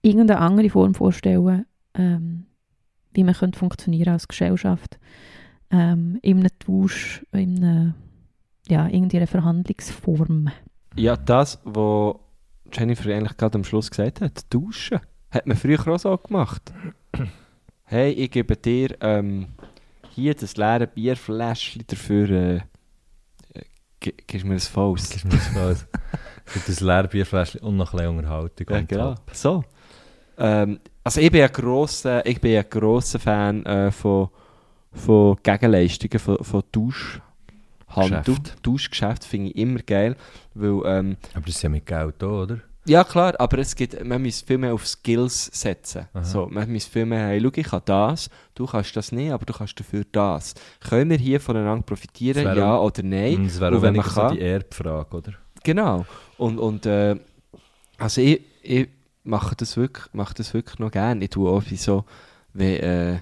[SPEAKER 2] irgendeine andere Form vorstellen, ähm, wie man könnte funktionieren als Gesellschaft ähm, in einem Tausch, in einer, ja, irgendeiner Verhandlungsform.
[SPEAKER 5] Ja, das, was Jennifer eigentlich gerade am Schluss gesagt hat, duschen, hat man früher auch so gemacht. Hey, ich gebe dir ähm, hier das leere Bierfläschchen dafür. Äh, äh, gi- gibst mir ein Faust.
[SPEAKER 1] Das ist mir so aus. Gibt ein leeres Bierfläschchen und noch ein bisschen Unterhaltung.
[SPEAKER 5] Ja,
[SPEAKER 1] on
[SPEAKER 5] genau.
[SPEAKER 1] top.
[SPEAKER 5] So. Ähm, also ich bin ein grosser, ich bin ein grosser Fan äh, von, von Gegenleistungen, von, von Tauschhandel.
[SPEAKER 1] Geschäft.
[SPEAKER 5] Tauschgeschäft finde ich immer geil, weil ähm,
[SPEAKER 1] Aber das ist ja mit Geld auch, oder?
[SPEAKER 5] ja, klar, aber es gibt, man muss viel mehr auf Skills setzen.
[SPEAKER 1] Aha.
[SPEAKER 5] So, man muss viel mehr, hey, schau, ich kann das, du kannst das nicht, aber du kannst dafür das. Können wir hier voneinander profitieren,
[SPEAKER 1] Das wäre
[SPEAKER 5] ja
[SPEAKER 1] auch-
[SPEAKER 5] oder nein?
[SPEAKER 1] Und es wäre
[SPEAKER 5] und
[SPEAKER 1] auch
[SPEAKER 5] wenn man
[SPEAKER 1] weniger so
[SPEAKER 5] kann-
[SPEAKER 1] die Erbfrage, oder?
[SPEAKER 5] Genau. Und, und äh, also ich, ich mache das wirklich, mache das wirklich noch gerne. Ich tue auch wie so, wie, äh,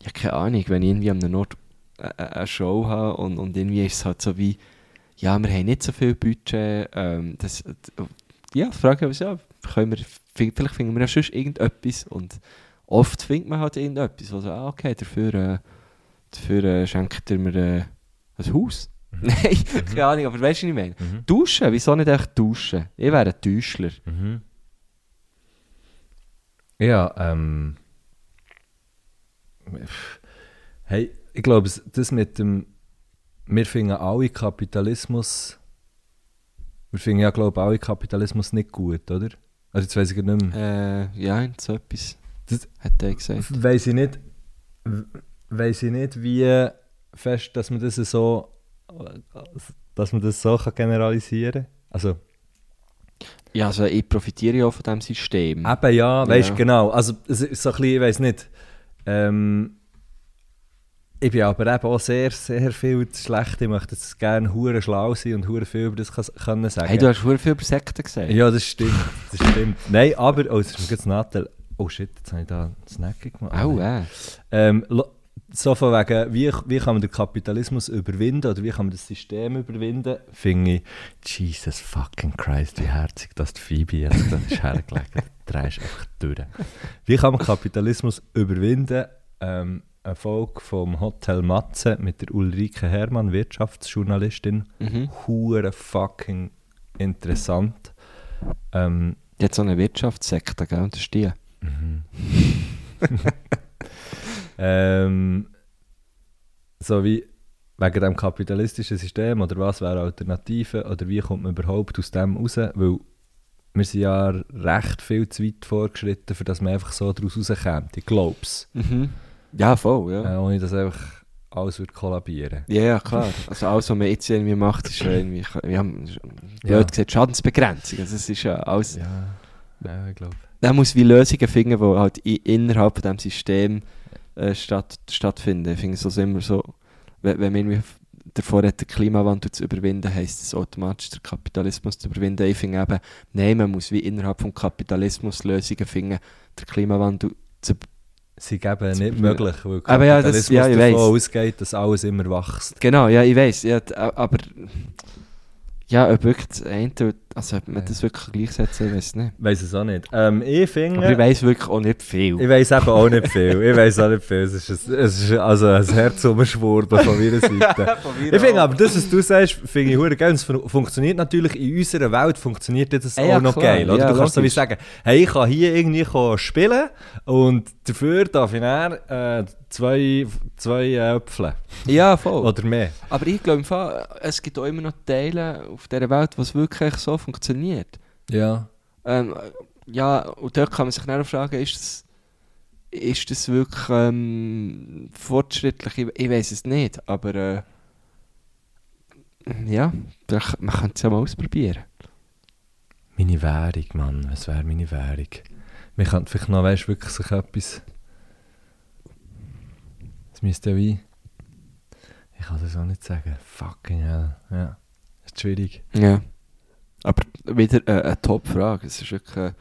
[SPEAKER 5] ja, keine Ahnung, wenn ich irgendwie an einem Ort äh, äh, eine Show habe und, und irgendwie ist es halt so wie, ja, wir haben nicht so viel Budget, ähm, das, äh, ja, die Frage ist ja, können wir, fi- vielleicht finden wir ja sonst irgendetwas und oft findet man halt irgendetwas, also, ah, okay, dafür, äh, dafür äh, schenkt ihr mir äh, ein Haus. Nein, keine Ahnung, aber weißt du, was ich meine?
[SPEAKER 1] Mhm.
[SPEAKER 5] Duschen? Wieso nicht echt duschen? Ich wäre ein Täuschler.
[SPEAKER 1] Mhm. Ja, ähm. pff, Hey, ich glaube, es- das mit dem. Wir finden alle Kapitalismus. Wir finden ja, glaube ich, alle Kapitalismus nicht gut, oder? Also, jetzt weiß ich gerade nicht mehr.
[SPEAKER 5] Äh, ja, so etwas.
[SPEAKER 1] Das-
[SPEAKER 5] hat er gesagt.
[SPEAKER 1] Weiß ich nicht. w- Weiss ich nicht, wie fest, dass man das so. Dass man das so kann generalisieren kann. Also.
[SPEAKER 5] Ja, also ich profitiere ja auch von diesem System.
[SPEAKER 1] Eben ja, weißt du
[SPEAKER 5] Ja.
[SPEAKER 1] genau. Also es ist so ein bisschen, ich weiß nicht. Ähm, ich bin aber eben auch sehr, sehr viel zu schlecht. Ich möchte jetzt gerne hure schlau sein und hure viel über das kann, können sagen.
[SPEAKER 5] Hey, du hast sehr viel über Sekten gesagt.
[SPEAKER 1] ja, das stimmt. Das stimmt. Nein, aber, oh, das ist mir jetzt Nadel. Oh shit, jetzt habe ich da einen Snack gemacht.
[SPEAKER 5] Au, äh.
[SPEAKER 1] Ähm, lo- so von wegen, wie, wie kann man den Kapitalismus überwinden oder wie kann man das System überwinden, finde ich, Jesus fucking Christ, wie herzig, dass die Phoebe jetzt das ist hergelegt hat. Drehst einfach durch. Wie kann man Kapitalismus überwinden? Ähm, eine Folge vom Hotel Matze mit der Ulrike Hermann, Wirtschaftsjournalistin.
[SPEAKER 5] Mhm.
[SPEAKER 1] Hure fucking interessant. Ähm,
[SPEAKER 5] Die hat so eine Wirtschaftssekte, gell? Das ist die.
[SPEAKER 1] Ähm, so wie wegen dem kapitalistischen System oder was wäre Alternative oder wie kommt man überhaupt aus dem raus? Weil wir sind ja recht viel zu weit vorgeschritten, für dass man einfach so daraus rauskommt. Ich glaube es.
[SPEAKER 5] Ja, voll, Mhm. ja.
[SPEAKER 1] Äh, ohne dass einfach alles wird kollabieren.
[SPEAKER 5] Ja, ja, klar. Also alles, was man jetzt irgendwie macht, ist ja irgendwie, wir haben blöd
[SPEAKER 1] Ja.
[SPEAKER 5] gesagt, Schadensbegrenzung. Also es ist ja alles,
[SPEAKER 1] Ja, ja ich glaube.
[SPEAKER 5] man muss wie Lösungen finden, die halt i- innerhalb von diesem System äh, statt, stattfinden. Ich finde es also immer so, wenn, wenn man irgendwie davor hat, den Klimawandel zu überwinden, heisst es automatisch, den Kapitalismus zu überwinden. Ich finde eben, nein, man muss wie innerhalb des Kapitalismus Lösungen finden, den Klimawandel zu
[SPEAKER 1] Sie geben nicht
[SPEAKER 5] Beispiel-
[SPEAKER 1] möglich, weil
[SPEAKER 5] Aber ja, das-
[SPEAKER 1] Kapitalismus
[SPEAKER 5] ja, ich
[SPEAKER 1] davon
[SPEAKER 5] weiss.
[SPEAKER 1] ausgeht, dass alles immer wächst.
[SPEAKER 5] Genau, ja, ich weiß, ja, d- a- aber ja, ob wirklich das eine, also ob man das wirklich gleichsetzen, ich weiß nicht.
[SPEAKER 1] Ich weiß es auch nicht. Ähm, ich finde...
[SPEAKER 5] Aber ich weiß wirklich auch nicht viel.
[SPEAKER 1] Ich weiß eben auch nicht viel. Ich weiß auch nicht viel. Es ist, ein, es ist also ein Herzumschwurben von meiner Seite. ich finde aber, das, was du sagst, finde ich hure geil. Und es fun funktioniert natürlich in unserer Welt, funktioniert das
[SPEAKER 5] Ja,
[SPEAKER 1] auch
[SPEAKER 5] ja,
[SPEAKER 1] noch
[SPEAKER 5] klar.
[SPEAKER 1] geil. Oder?
[SPEAKER 5] Ja,
[SPEAKER 1] du kannst so wie
[SPEAKER 5] logisch.
[SPEAKER 1] sagen, hey, ich kann hier irgendwie kommen spielen und dafür darf ich dann, äh, zwei, zwei äh, Äpfel
[SPEAKER 5] ja, voll.
[SPEAKER 1] oder mehr.
[SPEAKER 5] Aber ich glaube im Fall, es gibt auch immer noch Teile auf dieser Welt, was wirklich so funktioniert.
[SPEAKER 1] Ja.
[SPEAKER 5] Ähm, ja, und dort kann man sich dann auch fragen, ist das, ist das wirklich ähm, fortschrittlich? Ich, ich weiß es nicht, aber äh, ja, da k- man kann es ja mal ausprobieren.
[SPEAKER 1] Meine Währung, Mann. Was wäre meine Währung? Wir könnten vielleicht noch, weißt du, wirklich sich etwas. Das müsste ja wie. Ich kann das auch nicht sagen. Fucking hell. Ja. Ist schwierig.
[SPEAKER 5] Ja. Aber wieder äh, eine Top-Frage. Es ist wirklich, äh,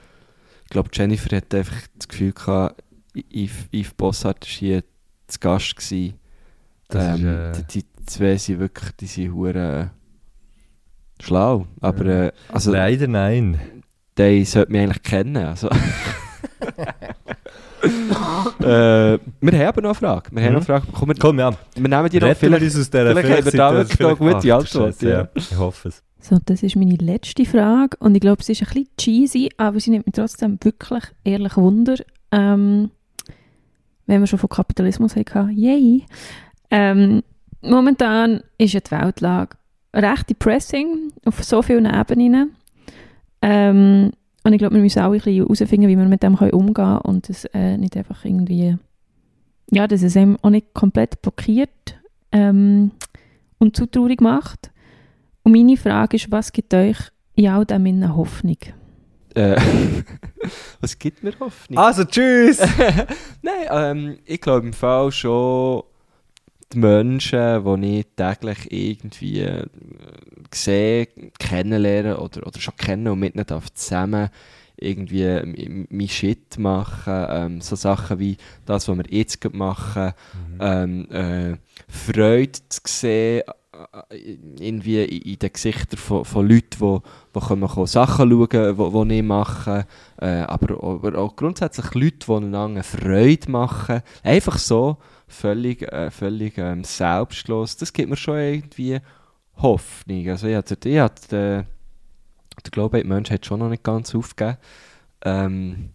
[SPEAKER 5] ich glaube, Jennifer hat einfach das Gefühl gehabt, Yves, Yves Bossart war hier zu Gast. Gewesen.
[SPEAKER 1] Das
[SPEAKER 5] ähm,
[SPEAKER 1] ist, äh,
[SPEAKER 5] die, die zwei sind wirklich, die sind hure äh, schlau. Aber
[SPEAKER 1] Ja.
[SPEAKER 5] äh, also,
[SPEAKER 1] Leider nein.
[SPEAKER 5] die sollte man eigentlich kennen. Also. äh, wir haben aber noch eine Frage. Wir haben
[SPEAKER 1] Mhm.
[SPEAKER 5] noch eine Frage. Komm, wir,
[SPEAKER 1] Komm, ja.
[SPEAKER 5] wir nehmen die noch.
[SPEAKER 1] Retten wir
[SPEAKER 5] Vielleicht,
[SPEAKER 1] uns aus dieser
[SPEAKER 5] vielleicht haben wir da
[SPEAKER 1] Vielleicht-
[SPEAKER 5] wirklich noch
[SPEAKER 1] vielleicht-
[SPEAKER 5] gute
[SPEAKER 1] Ach, du
[SPEAKER 5] Antwort,
[SPEAKER 1] Scheiße,
[SPEAKER 5] ja.
[SPEAKER 1] Ich hoffe es.
[SPEAKER 2] So, das ist meine letzte Frage und ich glaube, sie ist ein bisschen cheesy, aber sie nimmt mich trotzdem wirklich ehrlich Wunder. Ähm, wenn wir schon von Kapitalismus hatten, yay! Ähm, momentan ist ja die Weltlage recht depressing auf so vielen Ebenen. Ähm, und ich glaube, wir müssen auch ein bisschen herausfinden, wie wir mit dem können umgehen können und es äh, nicht einfach irgendwie, ja, dass es einem auch nicht komplett blockiert ähm, und zu traurig macht. Und meine Frage ist, was gibt euch in all dem Innen Hoffnung?
[SPEAKER 5] äh, was gibt mir Hoffnung?
[SPEAKER 1] Also, tschüss!
[SPEAKER 5] Nein, ähm, ich glaube im Fall schon die Menschen, die ich täglich irgendwie äh, sehe, kennenlernen oder, oder schon kennen und mit ihnen darf zusammen irgendwie m- m- mein Shit machen, ähm, so Sachen wie das, was wir jetzt gerade machen, ähm, äh, Freude zu sehen, äh, irgendwie in in den Gesichtern von, von Leuten, die die kommen kommen Sachen schauen, die ich mache, äh, aber, auch- aber auch grundsätzlich Leute, die einander Freude machen. Einfach so, völlig, äh, völlig ähm, selbstlos. Das gibt mir schon irgendwie Hoffnung. Also ich hatte, ich hatte, äh, der Glaube an die Menschheit schon noch nicht ganz aufgegeben. Ähm,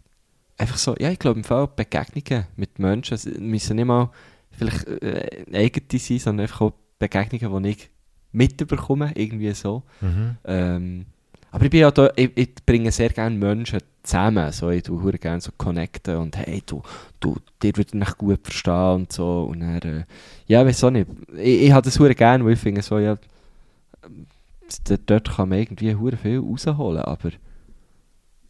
[SPEAKER 5] einfach so, ja, ich glaube im Fall Begegnungen mit Menschen es müssen nicht mal vielleicht äh, eigene sein, sondern einfach auch Begegnungen, die ich mitbekomme, irgendwie so.
[SPEAKER 1] Mhm.
[SPEAKER 5] Ähm, aber ich, bin ja da, ich, ich bringe sehr gerne Menschen zusammen. So, ich tue hure gerne so connecten und hey, du, du dir würde ich gut verstehen und so. Und dann, äh, ja, weiß auch nicht. Ich, ich habe das hure gerne, weil ich finde so, ja, ähm, d- dort kann man irgendwie hure viel rausholen, aber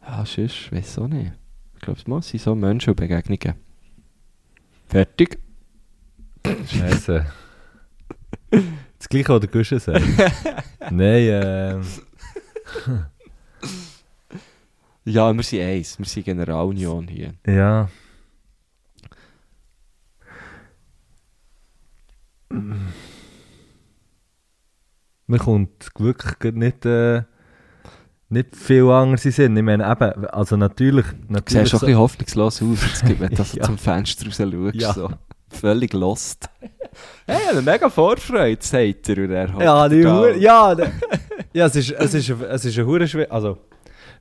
[SPEAKER 5] ja, sonst, weiß auch nicht. Ich glaube, es muss sind so Menschen und Begegnungen. Fertig.
[SPEAKER 1] Scheiße. Das gleiche, was der Guschen sagt. Nein, ähm.
[SPEAKER 5] Ja, wir sind eins. Wir sind Generalunion hier.
[SPEAKER 1] Ja. Mir kommt wirklich gerade nicht, äh, nicht viel anderes in den Sinn. Ich meine, eben, also natürlich...
[SPEAKER 5] Du siehst
[SPEAKER 1] natürlich
[SPEAKER 5] schon ein bisschen hoffnungslos aus, jetzt, wenn du so
[SPEAKER 1] Ja.
[SPEAKER 5] zum Fenster raus schaust.
[SPEAKER 1] Ja.
[SPEAKER 5] So. Völlig lost. Hey, ich habe mega Vorfreude, sagt er. Und er hockt
[SPEAKER 1] Ja, die
[SPEAKER 5] da.
[SPEAKER 1] Hure, ja, ne- ja, es ist, es ist, es ist eine hure schwierige, also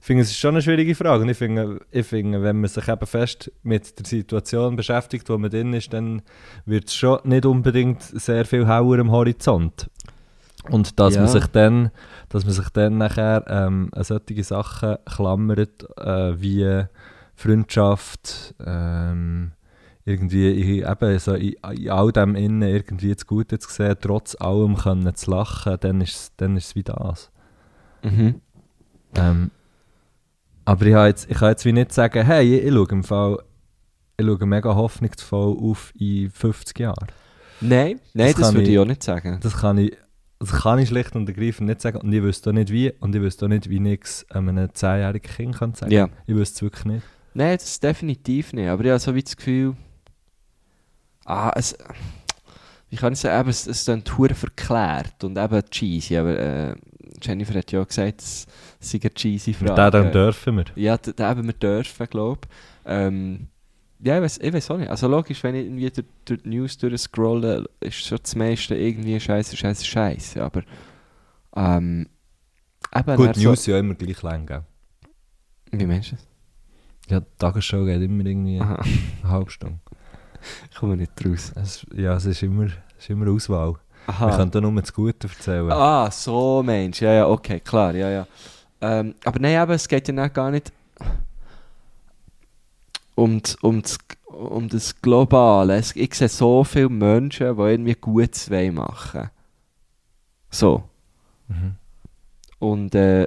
[SPEAKER 1] ich finde, es ist schon eine schwierige Frage und ich finde, ich finde, wenn man sich eben fest mit der Situation beschäftigt, wo man drin ist, dann wird es schon nicht unbedingt sehr viel hauer am Horizont. Und dass man
[SPEAKER 5] Ja.
[SPEAKER 1] sich dann, dass man sich dann nachher ähm, an solche Sachen klammert, äh, wie Freundschaft, ähm, irgendwie in- eben so in, in all dem Innen irgendwie das Gute zu sehen, trotz allem können zu lachen, dann ist es dann ist es wie das.
[SPEAKER 5] Mhm.
[SPEAKER 1] Ähm, aber ich kann, jetzt, ich kann jetzt wie nicht sagen, hey, ich, ich schaue im Fall ich schaue mega hoffnungsvoll auf in 50 Jahren.
[SPEAKER 5] Nein, nein,
[SPEAKER 1] Das
[SPEAKER 5] das,
[SPEAKER 1] kann
[SPEAKER 5] würde ich
[SPEAKER 1] ich-
[SPEAKER 5] auch nicht sagen.
[SPEAKER 1] Das kann ich, das kann ich schlicht und ergreifend nicht sagen und ich wüsste auch nicht wie und ich wüsste auch nicht, wie ich es einem 10-jährigen Kind kann sagen kann.
[SPEAKER 5] Ja.
[SPEAKER 1] Ich wüsste es wirklich nicht.
[SPEAKER 5] Nein, das definitiv nicht. Aber ich habe so wie das Gefühl. Ah, es. Wie kann ich sagen, eben, es, es klingt hure verklärt und eben cheesy. Aber äh, Jennifer hat ja auch gesagt, es sei eine cheesy Frage.
[SPEAKER 1] Und dann dürfen wir.
[SPEAKER 5] Ja, d- da eben wir dürfen, glaube ich. Ähm, ja, ich weiß, ich weiß auch nicht. Also logisch, wenn ich irgendwie durch, durch die News durchscrolle, ist schon das meiste irgendwie scheiße, scheiße, scheiße. Aber ähm, eben
[SPEAKER 1] Gut,
[SPEAKER 5] dann
[SPEAKER 1] News sind ja immer gleich lang, gell?
[SPEAKER 5] So, wie meinst du das?
[SPEAKER 1] Ja, die Tagesschau geht immer irgendwie
[SPEAKER 5] Aha,
[SPEAKER 1] eine halbe Stunde.
[SPEAKER 5] ich komme nicht raus.
[SPEAKER 1] Es, ja, es ist immer, es ist immer Auswahl. Wir
[SPEAKER 5] Aha.
[SPEAKER 1] können da nur das Gute erzählen.
[SPEAKER 5] Ah, so Mensch. Ja, ja, okay, klar, ja, ja. Ähm, aber nein, aber es geht ja dann gar nicht um, das- um, das- um das Globale. Es, ich sehe so viele Menschen, die irgendwie Gutes wollen machen So.
[SPEAKER 1] Mhm.
[SPEAKER 5] Und äh,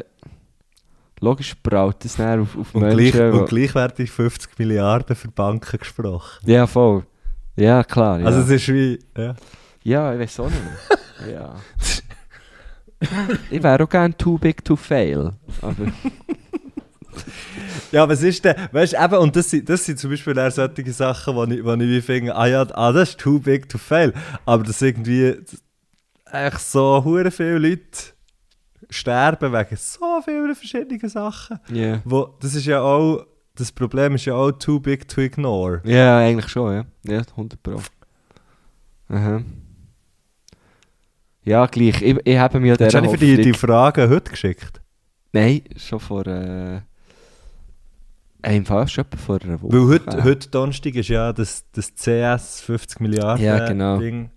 [SPEAKER 5] logisch braut es dann auf, auf
[SPEAKER 1] Und,
[SPEAKER 5] Menschen.
[SPEAKER 1] gleich, und
[SPEAKER 5] die-
[SPEAKER 1] gleichwertig 50 Milliarden für die Banken gesprochen.
[SPEAKER 5] ja, voll. Ja, klar. Ja,
[SPEAKER 1] Also es ist wie... Ja.
[SPEAKER 5] ja ich weiß auch nicht. ja. Ich wäre auch gerne too big to fail. Aber
[SPEAKER 1] ja, was ist denn... Weißt du, eben, und das sind, das sind zum Beispiel eher solche Sachen, wo ich, wo ich wie finde, ah ja, ah, das ist too big to fail. Aber dass irgendwie echt so hure viele Leute sterben wegen so vielen verschiedenen Sachen.
[SPEAKER 5] ja.
[SPEAKER 1] Wo, das ist ja auch... Das Problem ist ja auch too big to ignore.
[SPEAKER 5] Ja, eigentlich schon, ja. Ja, 100 Pro. Aha. Ja, gleich. Ich, ich habe mir
[SPEAKER 1] Hast
[SPEAKER 5] der
[SPEAKER 1] du eigentlich für die, die Fragen heute geschickt?
[SPEAKER 5] Nein, schon vor... Äh, äh, Im Fall schon etwa vor einer Woche.
[SPEAKER 1] Weil heute,
[SPEAKER 5] Ja.
[SPEAKER 1] heute Donnerstag ist ja das, das CS 50 Milliarden
[SPEAKER 5] Ja, genau.
[SPEAKER 1] Ding.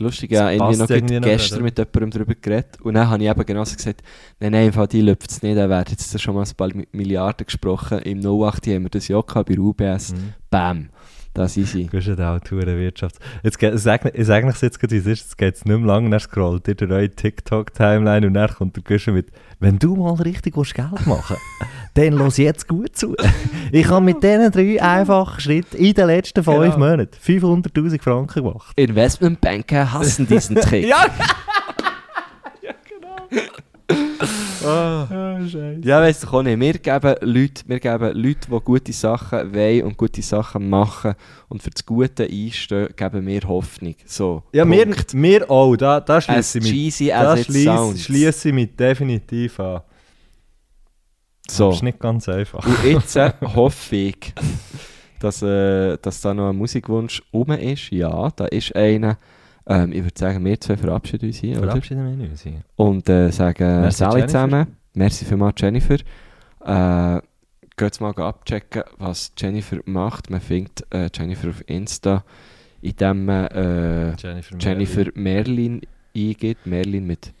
[SPEAKER 5] Lustig,
[SPEAKER 1] Das
[SPEAKER 5] ja, irgendwie
[SPEAKER 1] passt
[SPEAKER 5] noch,
[SPEAKER 1] irgendwie
[SPEAKER 5] gerade
[SPEAKER 1] noch
[SPEAKER 5] gestern
[SPEAKER 1] nicht,
[SPEAKER 5] mit jemandem darüber geredet und dann habe ich eben genau so gesagt, nein, nein, im Fall die läuft es nicht, er wird jetzt da schon mal ein paar Mi- Milliarden gesprochen, im 08 haben wir das ja auch gehabt, bei der UBS,
[SPEAKER 1] Mhm.
[SPEAKER 5] bam, das ist easy.
[SPEAKER 1] Das ist ja auch die Hure Wirtschaft. Jetzt geht, sag, ich sage euch jetzt gerade, wie es ist, jetzt geht es nicht mehr lang, dann scrollt ihr durch eure TikTok-Timeline und dann kommt der Güsche mit «Wenn du mal richtig willst Geld machen dann los jetzt gut zu. Ich habe mit diesen drei einfachen Schritten in den letzten fünf
[SPEAKER 5] Genau.
[SPEAKER 1] Monaten 500'000 Franken gemacht.»
[SPEAKER 5] Investmentbanker hassen diesen Trick. Ah, Ja, weißt du, auch nicht. Wir geben Leute, wir geben Leute, die gute Sachen wollen und gute Sachen machen und für das Gute einstehen, geben wir Hoffnung. So.
[SPEAKER 1] Ja, mir,
[SPEAKER 5] Punkt.
[SPEAKER 1] mir auch, da, da
[SPEAKER 5] As
[SPEAKER 1] schließe ich mich.
[SPEAKER 5] cheesy
[SPEAKER 1] Da
[SPEAKER 5] as it sounds.
[SPEAKER 1] schließe schließe ich mich definitiv an.
[SPEAKER 5] so. Oh.
[SPEAKER 1] Das ist nicht ganz einfach.
[SPEAKER 5] Und jetzt äh, hoffe ich, dass, äh, dass da noch ein Musikwunsch rum ist. Ja, da ist einer. Ähm, ich würde sagen, wir zwei verabschieden uns hier. Oder?
[SPEAKER 1] Verabschieden wir uns hier.
[SPEAKER 5] Und äh, sagen
[SPEAKER 1] Merci,
[SPEAKER 5] Sally
[SPEAKER 1] Jennifer.
[SPEAKER 5] zusammen. Merci vielmals, Jennifer. Äh, Geht mal abchecken, was Jennifer macht. Man findet äh, Jennifer auf Insta, indem man äh,
[SPEAKER 1] Jennifer.
[SPEAKER 5] Jennifer Merlin eingibt. Merlin mit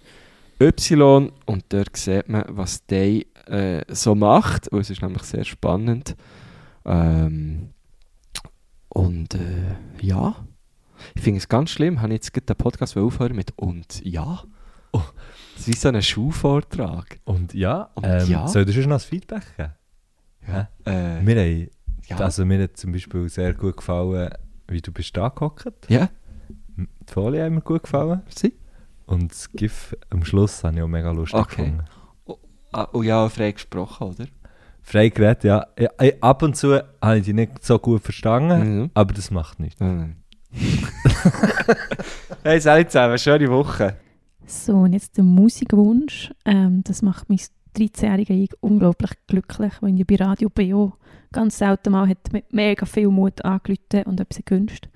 [SPEAKER 5] Y. Und dort sieht man, was die äh, so macht. Und es ist nämlich sehr spannend. Ähm, und äh, ja, ich finde es ganz schlimm. Habe ich jetzt gerade den Podcast aufhören mit und ja.
[SPEAKER 1] Oh.
[SPEAKER 5] Das ist wie so ein Schulvortrag.
[SPEAKER 1] Und ja,
[SPEAKER 5] Und
[SPEAKER 1] ähm,
[SPEAKER 5] ja.
[SPEAKER 1] soll dir schon noch das Feedback geben? Ja.
[SPEAKER 5] Äh,
[SPEAKER 1] Wir haben,
[SPEAKER 5] ja.
[SPEAKER 1] also mir hat zum Beispiel sehr gut gefallen, wie du bist angehockt.
[SPEAKER 5] ja,
[SPEAKER 1] Die Folie hat mir gut gefallen.
[SPEAKER 5] sie.
[SPEAKER 1] Und das GIF am Schluss habe ich auch mega lustig
[SPEAKER 5] Okay.
[SPEAKER 1] gefunden.
[SPEAKER 5] Ah, oh ja, frei gesprochen, oder?
[SPEAKER 1] Frei geredet, ja. Ja, Ab und zu habe ich dich nicht so gut verstanden,
[SPEAKER 5] Mhm.
[SPEAKER 1] aber das macht nichts.
[SPEAKER 5] Nein, nein. Hey, Sally zusammen, schöne Woche.
[SPEAKER 2] So, und jetzt der Musikwunsch. Ähm, das macht mein 13-jähriger Ich unglaublich glücklich, wenn ich bei Radio BO ganz selten mal hat mit mega viel Mut angerufen und etwas gewünscht.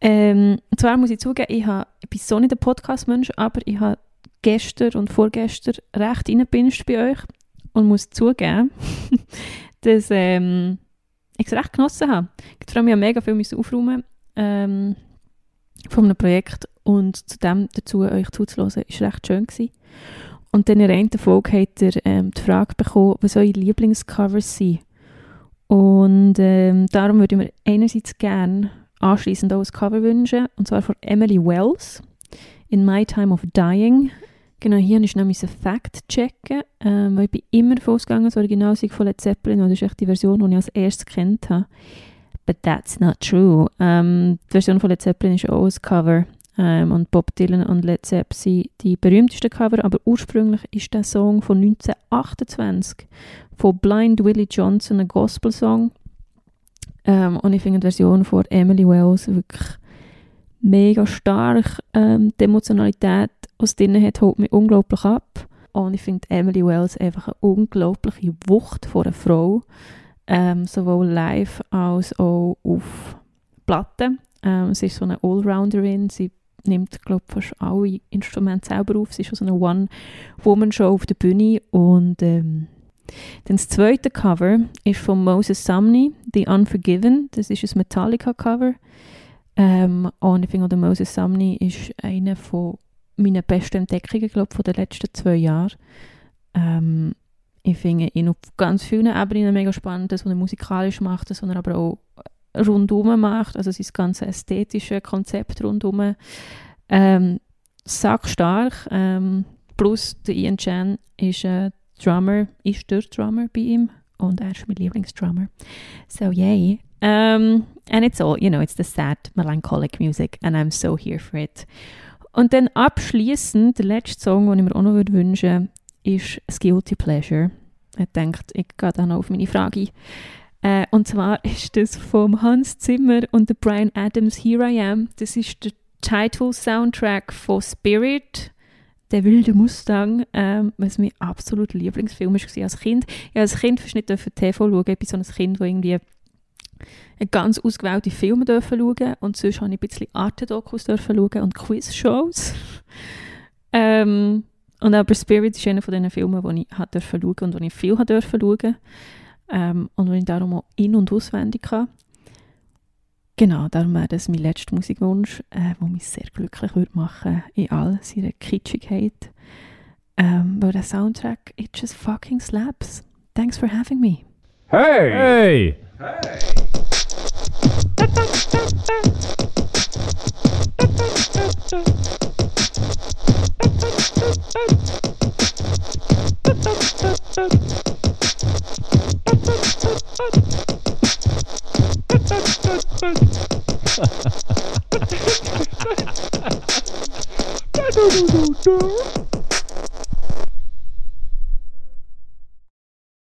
[SPEAKER 2] Ähm, und zwar muss ich zugeben, ich, hab, ich bin so nicht ein Podcast-Mensch, aber ich habe gestern und vorgestern recht reingepinscht bei euch und muss zugeben, dass ähm, ich es recht genossen habe. Ich habe mega viel müssen aufräumen ähm, von einem Projekt und zu dem dazu euch zuzuhören, ist recht schön gewesen. Und dann in einer Folge habt ihr ähm, die Frage bekommen, was eure Lieblingscovers sind. Und ähm, darum würde ich mir einerseits gerne anschließend auch ein Cover wünschen, und zwar von Emily Wells, «In My Time of Dying». Genau, hier ist nämlich ein Fact checken, ähm, weil ich bin immer davon ausgegangen, das Original sei von Led Zeppelin, und das ist echt die Version, die ich als erstes kennt habe. But that's not true. Ähm, die Version von Led Zeppelin ist auch ein Cover. Ähm, und Bob Dylan und Led Zepp sind die berühmtesten Cover, aber ursprünglich ist der Song von 1928 von Blind Willie Johnson, ein Gospel-Song. Ähm, und ich finde die Version von Emily Wells wirklich mega stark. Ähm, die Emotionalität, die es drin hat, holt mich unglaublich ab. Und ich finde Emily Wells einfach eine unglaubliche Wucht von einer Frau. Ähm, sowohl live als auch auf Platte. Ähm, sie ist so eine Allrounderin. Sie nimmt, glaube ich, fast alle Instrumente selber auf. Sie ist schon so eine One-Woman-Show auf der Bühne. Und ähm, dann das zweite Cover ist von Moses Sumney, The Unforgiven. Das ist ein Metallica-Cover. Ähm, und ich finde auch, der Moses Sumney ist einer von meiner besten Entdeckungen, glaube ich, von den letzten zwei Jahren. Ähm, ich finde ihn auf ganz vielen Ebenen mega spannend, das, was er musikalisch macht, das, was er aber auch rundum macht, also sein ganzes ästhetische Konzept rundum. Ähm, sackstark. Ähm, plus der Ian Chan ist ein Drummer, ist der Drummer bei ihm und er ist mein Lieblingsdrummer. So yay. Um, and it's all, you know, it's the sad melancholic music and I'm so here for it. Und dann abschließend, der letzte Song, den ich mir auch noch würde wünschen ist das Guilty Pleasure. Ich denkt, ich gehe dann noch auf meine Frage ein. Äh, und zwar ist das vom Hans Zimmer und der Brian Adams Here I Am. Das ist der Title-Soundtrack von Spirit, der wilde Mustang, ähm, was mein absolut Lieblingsfilm war als Kind. Ja, als Kind durfte ich nicht dürfen TV schauen. Ich bin so ein Kind, das irgendwie ganz ausgewählte Filme dürfen schauen und sonst habe ich ein bisschen Arte-Dokus dürfen schauen und Quiz-Shows. ähm, und aber Spirit ist einer von diesen Filmen, die ich hat dürfen schauen und die ich viel hat dürfen schauen ähm, und die ich darum auch in- und auswendig kann. Genau, darum wäre das mein letzter Musikwunsch, äh, der mich sehr glücklich würde machen in all seiner Kitschigkeit. Ähm, weil der Soundtrack, it just fucking slaps. Thanks for having me.
[SPEAKER 6] Hey!